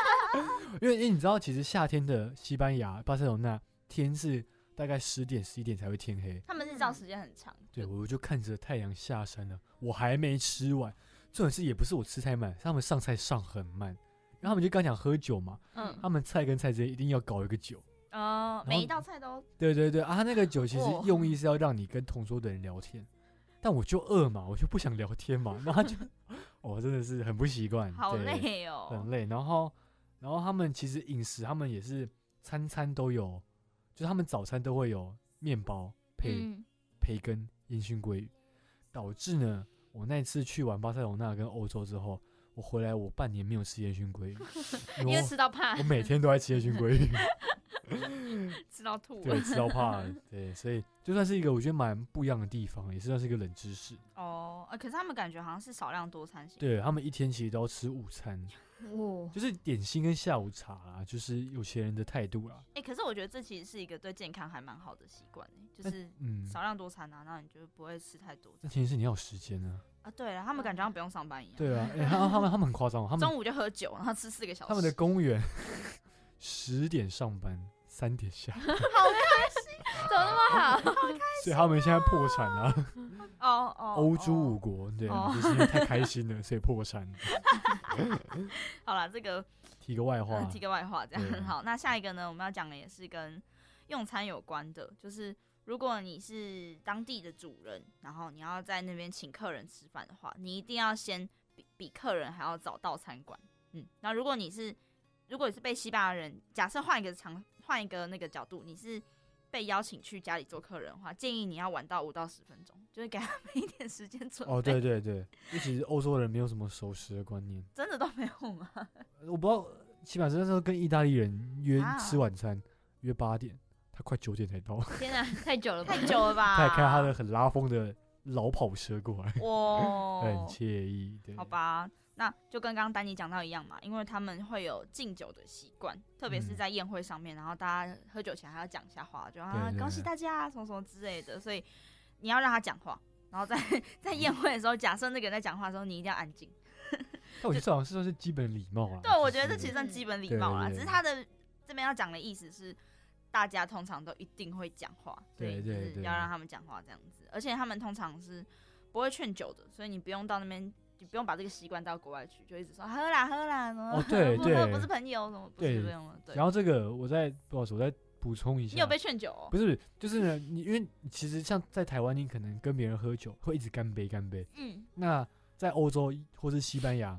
[LAUGHS] 因为因为你知道，其实夏天的西班牙巴塞罗那天是大概十点十一点才会天黑。
[LAUGHS] 他们日照时间很长，
对，我就看着太阳下山了，我还没吃完。重点是也不是我吃太慢，是他们上菜上很慢。然后他们就刚讲喝酒嘛，
嗯，
他们菜跟菜之间一定要搞一个酒。然
哦
后，
每一道菜都
对对对啊，他那个酒其实
哇
用意是要让你跟同桌的人聊天，但我就饿嘛，我就不想聊天嘛，然后他就我真的是很不习惯，
好
对
累哦。
很累。然后，然后他们其实饮食，他们也是餐餐都有，就是他们早餐都会有面包配、
嗯
培根、烟熏鲑鱼，导致呢，我那一次去完巴塞罗那跟欧洲之后，我回来我半年没有吃烟熏鲑鱼，
因为
我
吃到怕
我，每天都在吃烟熏鲑
[LAUGHS]
鱼，
吃到吐
对，吃到怕了，对，所以就算是一个我觉得蛮不一样的地方，也是算是一个冷知识。
哦、呃可是他们感觉好像是少量多餐型。
对他们一天其实都要吃午餐，
哦，
就是点心跟下午茶啦，就是有钱人的态度啦。
哎、可是我觉得这其实是一个对健康还蛮好的习惯欸、就是
嗯，
少量多餐啊，那你就不会吃太多这
那
样
前提是你要有时间
[LAUGHS]
啊。
啊。对了，他们感觉好像不用上班一样，
对啊，欸、他他们他们很夸张哦，他们
中午就喝酒，然后吃四个小时。
他
[LAUGHS]
们的公务员 [LAUGHS] 十点上班，三点下班，
怎么那
[LAUGHS]
么好？
所以他们现在破产了、
[LAUGHS] 哦哦，
欧洲
哦
五国，对，
哦
就是因为太开心了，所以破产。
好了，这个
提个外
[LAUGHS] 呃
话，
题个外话，这样
对
很好。那下一个呢，我们要讲的也是跟用餐有关的，就是如果你是当地的主人，然后你要在那边请客人吃饭的话，你一定要先比比客人还要早到餐馆。嗯，那如果你是如果你是被西班牙人，假设换一个场，换一个那个角度，你是。被邀请去家里做客人的话，建议你要晚到五到十分钟，就是给他们一点时间准备。
哦，对，对对，因为其实欧洲人没有什么守时的观念，
真的都没有吗？
我不知道，起码是那时候跟意大利人约
啊
吃晚餐，约八点，他快九点才到，
天哪，太久了吧
太？久了吧？
他还开他的很拉风的老跑车过来，
哇，
很惬意。对，
哦好，吧，那就跟刚刚丹尼讲到一样嘛，因为他们会有敬酒的习惯，特别是
嗯
在宴会上面，然后大家喝酒前还要讲一下话，就
对
啊
对
恭喜
对
大家啊什么什么之类的，所以你要让他讲话，然后在 [LAUGHS] 在宴会的时候，假设那个人在讲话的时候，你一定要安静。
但我觉得这好像是算是基本礼貌啦。
对，我
就
觉得这
是
其实算基本礼
对
貌啦，
对
只是
对
他的这边要讲的意思是。大家通常都一定会讲话，所
对
以就
对
是
对
要让他们讲话这样子。而且他们通常是不会劝酒的，所以你不用到那边，你不用把这个习惯带到国外去，就一直说喝啦喝啦什么。
哦对
不喝
对
不是朋友什么，不
对
是不用了。对
然，后这个我再不好意思，我再补充一下。
你有被劝酒、哦？
不是，就是呢，你因为其实像在台湾，你可能跟别人喝酒会一直干杯干杯。
嗯，
那在欧洲或是西班牙，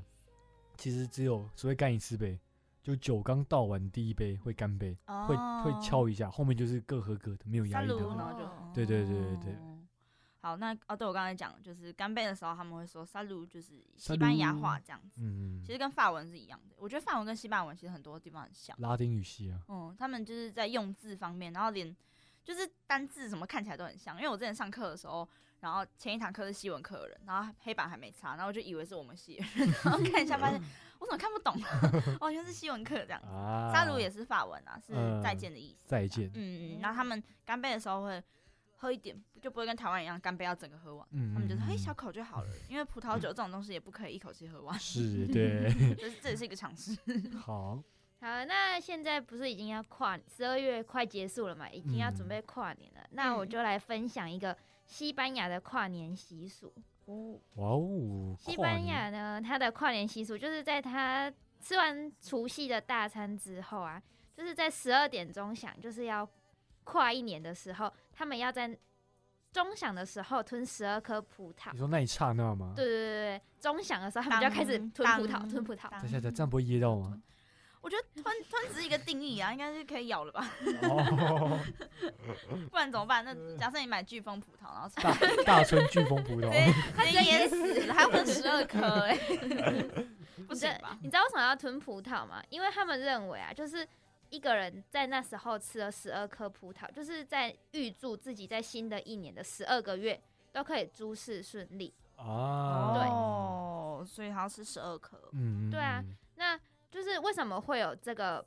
其实只有只会干一次杯，就酒刚倒完第一杯会干杯，会会敲一下，后面就是各喝各的，没有压
三
力的
炉，
喝。
哦然后就
哦
对对对对对
哦好，那哦，对我刚才讲，就是干杯的时候他们会说“三炉”，就是西
三
班牙
炉
话这样子。
嗯
其，实跟法文是一样的。我觉得法文跟西班牙文其实很多地方很像，
拉丁语系啊，
嗯，他们就是在用字方面，然后连就是单字什么看起来都很像。因为我之前上课的时候，然后前一堂课是西文课的人，然后黑板还没擦，然后我就以为是我们系的人，然后看一下发现
[LAUGHS]
我怎么看不懂、啊， [LAUGHS] 完全是西文课这样子。
啊，
沙鲁也是法文啊，是
嗯
再见的意思。
再见，
嗯，然后他们干杯的时候会喝一点，就不会跟台湾一样干杯要整个喝完。
嗯，
他们就是
嗯
嘿
嗯
小口就好了，因为葡萄酒这种东西也不可以一口气喝完，
是
[LAUGHS]
对，
就是这也是一个常识。
好，
好，那现在不是已经要跨十二月快结束了嘛，已经要准
嗯
备跨年了。那我就来分享一个西班牙的跨年习俗。
哇哦，
西
跨
班
年
牙呢，它的跨年习俗就是在它吃完除夕的大餐之后啊，就是在十二点钟响，就是要跨一年的时候，他们要在钟响的时候吞十二颗葡萄
你。说那一刹那吗？
对对对对，钟响的时候他们就要开始吞葡萄，吞葡萄。
啊
等一下，等一
嗯
下这样不会噎到
[LAUGHS]
吗？
我觉得
[LAUGHS]
吞吞只是一个定义啊，应该是可以咬了吧？
哦，嗯
不然怎么办？那假设你买飓风葡萄，然后直
大大春飓风葡萄， [LAUGHS]
接淹死了，还有十二颗哎，不行吧？
你知道为什么要吞葡萄吗？因为他们认为啊，就是一个人在那时候吃了十二颗葡萄，就是在预祝自己在新的一年的十二个月都可以诸事顺利。
啊，
哦，所以还要吃十二颗。
嗯，嗯，
对啊
嗯，
那就是为什么会有这个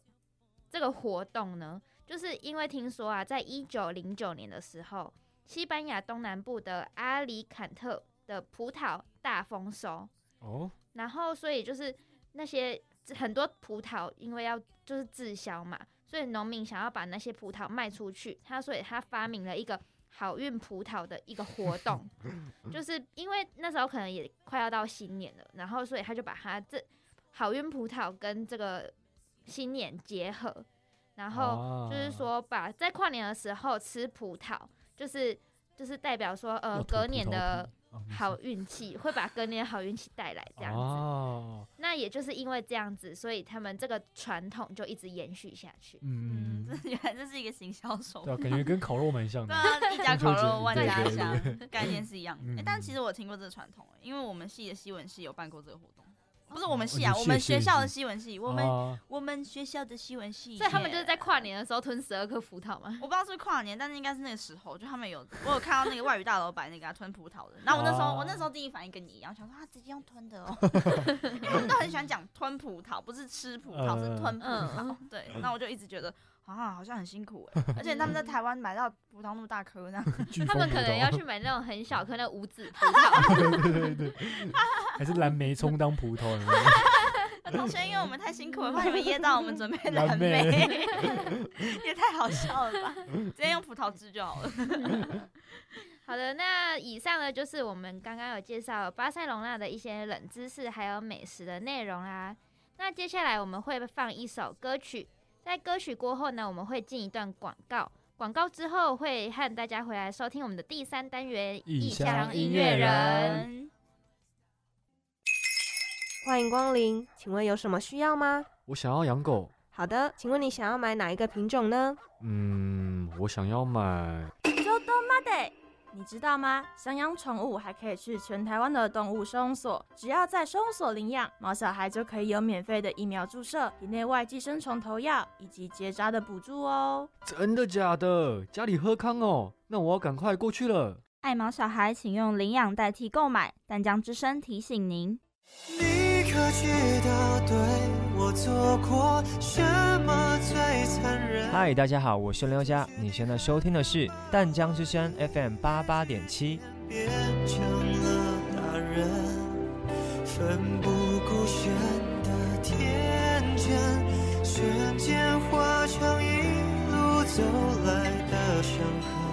这个活动呢？就是因为听说啊，在一九零九年的时候，西班牙东南部的阿里坎特的葡萄大丰收，
哦，
然后所以就是那些很多葡萄，因为要就是滞销嘛，所以农民想要把那些葡萄卖出去，他所以他发明了一个好运葡萄的一个活
[LAUGHS]
动，就是因为那时候可能也快要到新年了，然后所以他就把他这好运葡萄跟这个新年结合，然后就是
啊，
说把在跨年的时候吃葡萄，就是就是代表说
啊要
呃
吐
隔
葡
年
萄
的
皮嗯哦没事
好运气，会把隔年好运气带来这样子。
哦，
那也就是因为这样子，所以他们这个传统就一直延续下去。
嗯，嗯嗯
这原来这是一个行销手
对
法
啊，。感觉跟烤肉蛮像
对
的，
啊，一家烤肉万
对
家
对
香，概念是一样的。
嗯
诶但其实我听过这个传统、诶因为我们系的西文系有办过这个活动，不是我们系啊，
哦
我
你们
们
系的西文
学
系
校的西文系，我们、
啊
我们学校的西文系，
所以他们就是在
Yeah
跨年的时候吞十二颗葡萄嘛。
我不知道是不是跨年，但是应该是那个时候，就他们有我有看到那个外语大楼摆那个、啊、吞葡萄的，然后我那时候、
哦
我那时候第一反应跟你一样，想说啊直接用吞的哦，因为他们都很喜欢讲吞葡萄，不是吃葡萄，是吞葡萄。
嗯
对，那我就一直觉得啊好像很辛苦哎、而且他们在台湾买到葡萄那么大颗这样， [LAUGHS]
飓
他
风
们
葡
可能
萄
要去买那种很小颗的无籽葡萄，
[LAUGHS] 还是蓝莓充当葡萄有没有，
同学，因为我们太辛苦了，怕你们噎到，我们准备 [LAUGHS] 蓝莓，
蓝
[LAUGHS] 也太好笑了吧？直接用葡萄汁就好了。
好的，那以上呢就是我们刚刚有介绍巴塞隆纳的一些冷知识，还有美食的内容啦。那接下来我们会放一首歌曲，在歌曲过后呢，我们会进一段广告，广告之后会和大家回来收听我们的第三单元《
异乡
音
音乐人
欢迎光临，请问有什么需要吗？
[LAUGHS] 我想要养狗，
好的，请问你想要买哪一个品种呢？
嗯，我想要买，
周多妈得。你知道吗？想养宠物还可以去全台湾的动物收容所，只要在收容所领养毛小孩，就可以有免费的疫苗注射、体内外寄生虫投药以及结扎的补助哦。
真的假的？家里喝康哦，那我要赶快过去了。
爱毛小孩，请用领养代替购买。但江之声提醒您。
你可知道对我做过什么最残忍？
嗨，大家好，我是刘佳，你现在收听的是淡江之声 FM 八八点七。
变成了大人，奋不顾身的天真，瞬间化成一路走来的伤痕。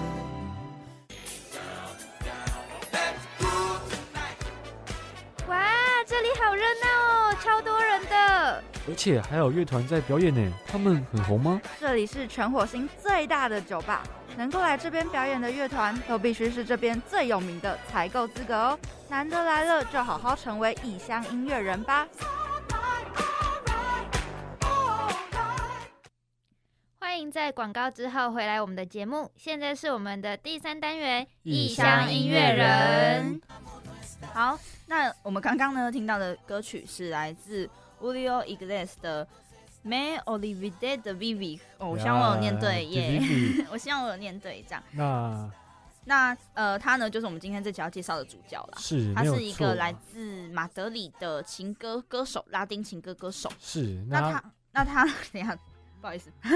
哇，这里好热闹哦，超多人的。
而且还有乐团在表演呢，他们很红吗？
这里是全火星最大的酒吧，能够来这边表演的乐团都必须是这边最有名的才够资格哦。难得来了，就好好成为异乡音乐人吧。
欢迎在广告之后回来我们的节目，现在是我们的第三单元《
异
乡音乐人》。
好，那我们刚刚呢听到的歌曲是来自 Julio Iglesias 的《Me Olvidé de Vivir》，哦，我希望我有念对耶
Yeah，
[LAUGHS] 我希望我有念对这样。
那
那呃，他呢就是我们今天这集要介绍的主角啦。
是
他
没有
是一
错啊
个来自马德里的情歌歌手，拉丁情歌歌手。
是
那
那
他那他 [LAUGHS] 等一下，不好意思，他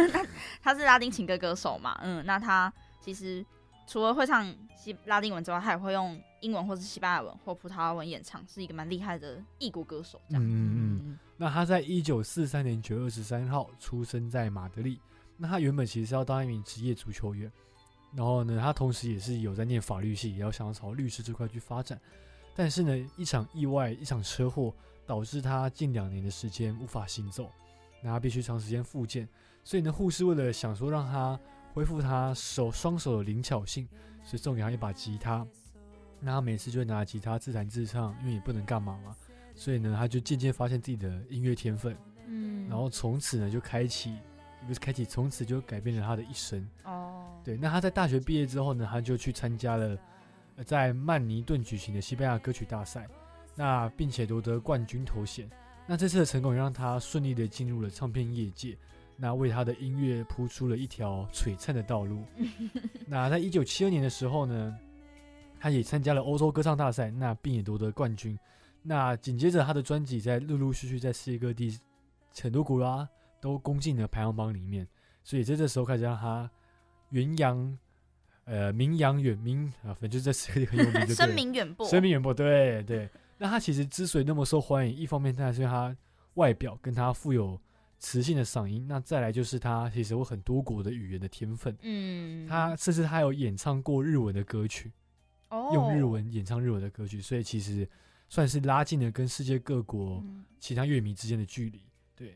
他是拉丁情歌歌手嘛，嗯，那他其实除了会唱西拉丁文之外，他也会用英文或是西班牙文或葡萄牙文演唱，是一个蛮厉害的异国歌手这样。
嗯嗯那他在一九四三年九月二十三号出生在马德里。那他原本其实是要当一名职业足球员，然后呢，他同时也是有在念法律系，也要想要朝律师这块去发展。但是呢，一场意外，一场车祸，导致他近两年的时间无法行走，那他必须长时间复健。所以呢，护士为了想说让他恢复他手双手的灵巧性，所以送给他一把吉他。那他每次就会拿吉他自弹自唱，因为也不能干嘛嘛。所以呢，他就渐渐发现自己的音乐天分，
嗯
然后从此呢就开启，不是开启，从此就改变了他的一生。
哦，
对，那他在大学毕业之后呢，他就去参加了呃在曼尼顿举行的西班牙歌曲大赛，那并且夺得冠军头衔。那这次的成功也让他顺利的进入了唱片业界，那为他的音乐铺出了一条璀璨的道路。那在一九七二年的时候呢，他也参加了欧洲歌唱大赛，那并也夺得冠军。那紧接着他的专辑在陆陆续续在世界各地很多国家都攻进了排行榜里面，所以在这时候开始让他远扬，呃，名扬远名啊，反正就是在世界很有名就对了，
声名远播
声名远播，对对。那他其实之所以那么受欢迎，一方面当然是因为他外表跟他富有磁性的嗓音，那再来就是他其实有很多国的语言的天分，
嗯，
他甚至他有演唱过日文的歌曲，用日
哦
文演唱日文的歌曲，所以其实算是拉近了跟世界各国
嗯
其他乐迷之间的距离。对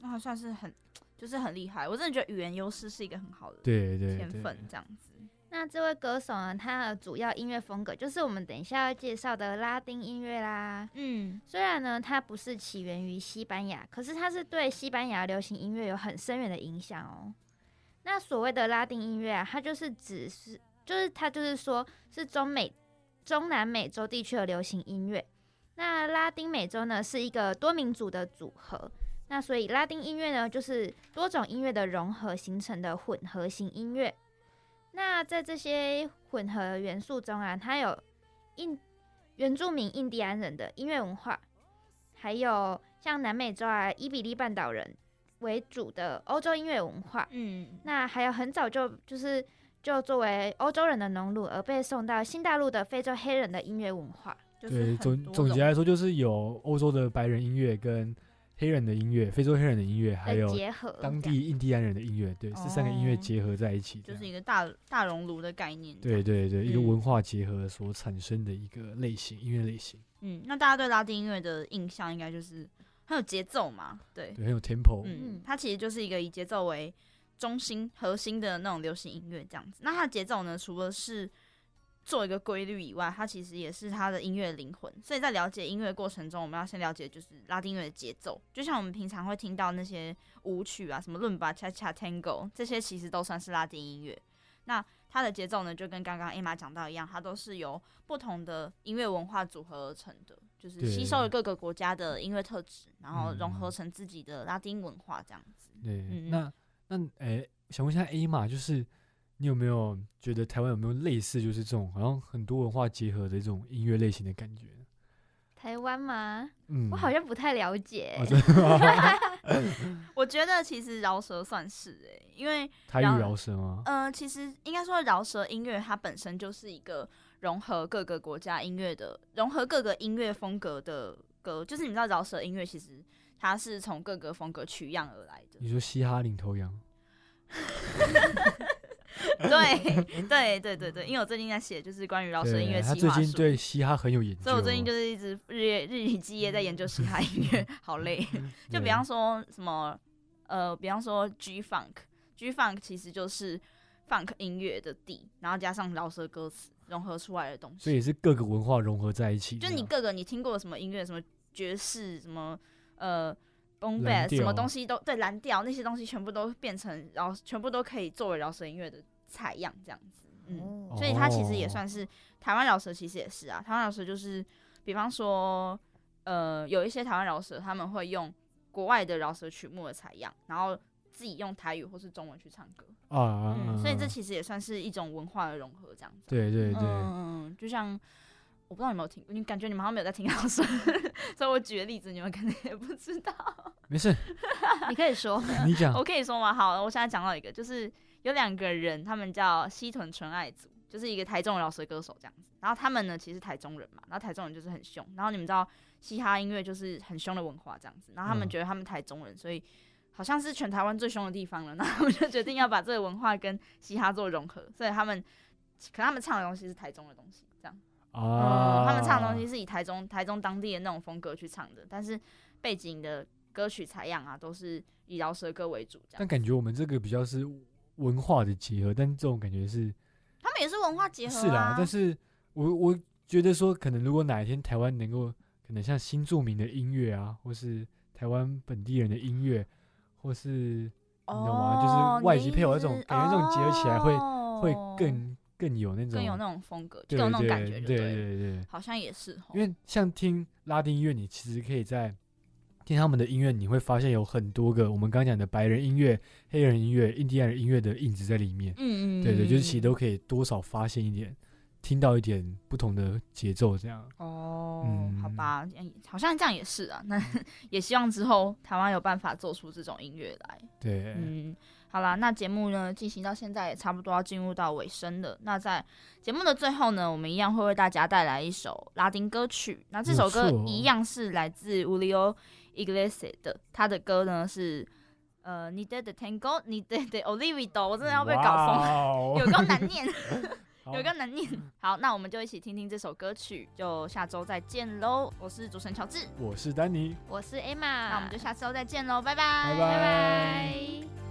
那还算是很，就是很厉害。我真的觉得语言优势是一个很好的
对对
天
对
分，这样子。
那这位歌手呢，他的主要音乐风格就是我们等一下要介绍的拉丁音乐啦。
嗯，
虽然呢，它不是起源于西班牙，可是它是对西班牙流行音乐有很深远的影响哦。那所谓的拉丁音乐啊，它就是指是，就是它就是说是中美、中南美洲地区的流行音乐。那拉丁美洲呢，是一个多民族的组合。那所以拉丁音乐呢，就是多种音乐的融合形成的混合型音乐。那在这些混合元素中啊，它有印原住民印第安人的音乐文化，还有像南美洲啊伊比利半岛人为主的欧洲音乐文化。
嗯，
那还有很早就就是就作为欧洲人的农奴而被送到新大陆的非洲黑人的音乐文化。
对，总总结来说就是有欧洲的白人音乐跟黑人的音乐、非洲黑人的音乐，还有
结合
当
这
地印第安人的音乐，对，是三个音乐结合在一起这
哦就
样。
是一个大大熔炉的概念。
对对对，一个
嗯
文化结合所产生的一个类型，音乐类型，
嗯，那大家对拉丁音乐的印象应该就是很有节奏嘛，对，
对，很有 tempo。
嗯，它其实就是一个以节奏为中心、核心的那种流行音乐这样子。那它的节奏呢，除了是做一个规律以外，它其实也是它的音乐灵魂。所以在了解音乐过程中，我们要先了解就是拉丁音乐的节奏，就像我们平常会听到那些舞曲啊，什么伦巴、恰恰、tango 这些，其实都算是拉丁音乐。那它的节奏呢，就跟刚刚艾玛讲到一样，它都是由不同的音乐文化组合而成的，就是
对
吸收了各个国家的音乐特质，然后融
嗯
合成自己的拉丁文化这样子。
对，
嗯
那那诶，想问一下 A 嘛，就是你有没有觉得台湾有没有类似就是这种好像很多文化结合的这种音乐类型的感觉？
台湾吗？
嗯
我好像不太了解。
哦真的吗
我觉得其实饶舌算是哎、因为
台语饶舌吗？
嗯、呃，其实应该说饶舌音乐它本身就是一个融合各个国家音乐的，融合各个音乐风格的歌，就是你知道饶舌音乐其实它是从各个风格取样而来的。
你说嘻哈领头羊，
[LAUGHS] 对对对对对，因为我最近在写就是关于饶舌音乐
对，他
企
最
划
近
书，
对嘻哈很有研究。
所以我最近就是一直日夜日以继夜在研究嘻哈音
[LAUGHS]
乐，好累。就比
嗯
方说什么，呃，比方说 G Funk，G Funk 其实就是 Funk 音乐的底，然后加上饶舌歌词融合出来的东西。
所以也啊是各个文化融合在一起这
就
样。
你各个你听过什么音乐，什么爵士，什么呃 b o m b a
蓝
s 什么
调
东西都对蓝调那些东西，全部都变成饶，全部都可以作为饶舌音乐的采样这样子。嗯，
哦
所以它其实也算是台湾饶舌，其实也是啊，台湾饶舌就是，比方说呃有一些台湾饶舌他们会用国外的饶舌曲目的采样，然后自己用台语或是中文去唱歌。
啊啊啊
嗯，所以
啊
这其实也算是一种文化的融合，这样子。
对对对
嗯，嗯就像我不知道你有没有听，你感觉你们好像没有在听老师， [LAUGHS] 所以我举个例子，你们可能也不知道。
没事，
[LAUGHS] 你可以说
你讲
我可以说吗？好，我现在讲到一个，就是有两个人，他们叫西屯纯爱组，就是一个台中的饶舌歌手这样子。然后他们呢，其实是台中人嘛，然后台中人就是很凶，然后你们知道嘻哈音乐就是很凶的文化这样子，然后他
嗯
们觉得他们台中人，所以。好像是全台湾最凶的地方了，然后他们就决定要把这个文化跟嘻哈做融合，所以他们，可他们唱的东西是台中的东西，这样。
啊、
嗯他们唱的东西是以台中台中当地的那种风格去唱的，但是背景的歌曲采样啊，都是以饶舌歌为主这样。
但感觉我们这个比较是文化的结合，但这种感觉是
他们也是文化结合、啊、
是啦，但是我我觉得说，可能如果哪一天台湾能够，可能像新著名的音乐啊，或是台湾本地人的音乐，或是你懂吗？
哦
就是外籍
你
配偶那种
是
感觉，这种结合起来会、会
哦
更更有那种
更有那种风格，
对
更有那种
对
感觉就
对
了哦
对对
好像也是吼
因为像听拉丁音乐，你其实可以在听他们的音乐，你会发现有很多个我们刚刚讲的白人音乐、黑人音乐、印第安人音乐的影子在里面。
嗯嗯
对对，就是其
嗯
实都可以多少发现一点，听到一点不同的节奏这样。
哦，
嗯
好吧，嗯好像这样也是啊。那 [LAUGHS] 也希望之后台湾有办法做出这种音乐来。
对，
嗯，好啦，那节目呢进行到现在也差不多要进入到尾声了。那在节目的最后呢，我们一样会为大家带来一首拉丁歌曲。那这首歌
没错哦
一样是来自 Julio Iglesias 的，他的歌呢是呃你的的 Tango，你的的 Olivido，我真的要被搞疯了，
疯
[LAUGHS] 有够难念。
哦好
[LAUGHS] 有个难念。好，那我们就一起听听这首歌曲，就下周再见喽！我是主持人乔治，
[LAUGHS] 我是丹尼，
我是 Emma，
那我们就下周再见喽，拜
拜拜。
拜，
拜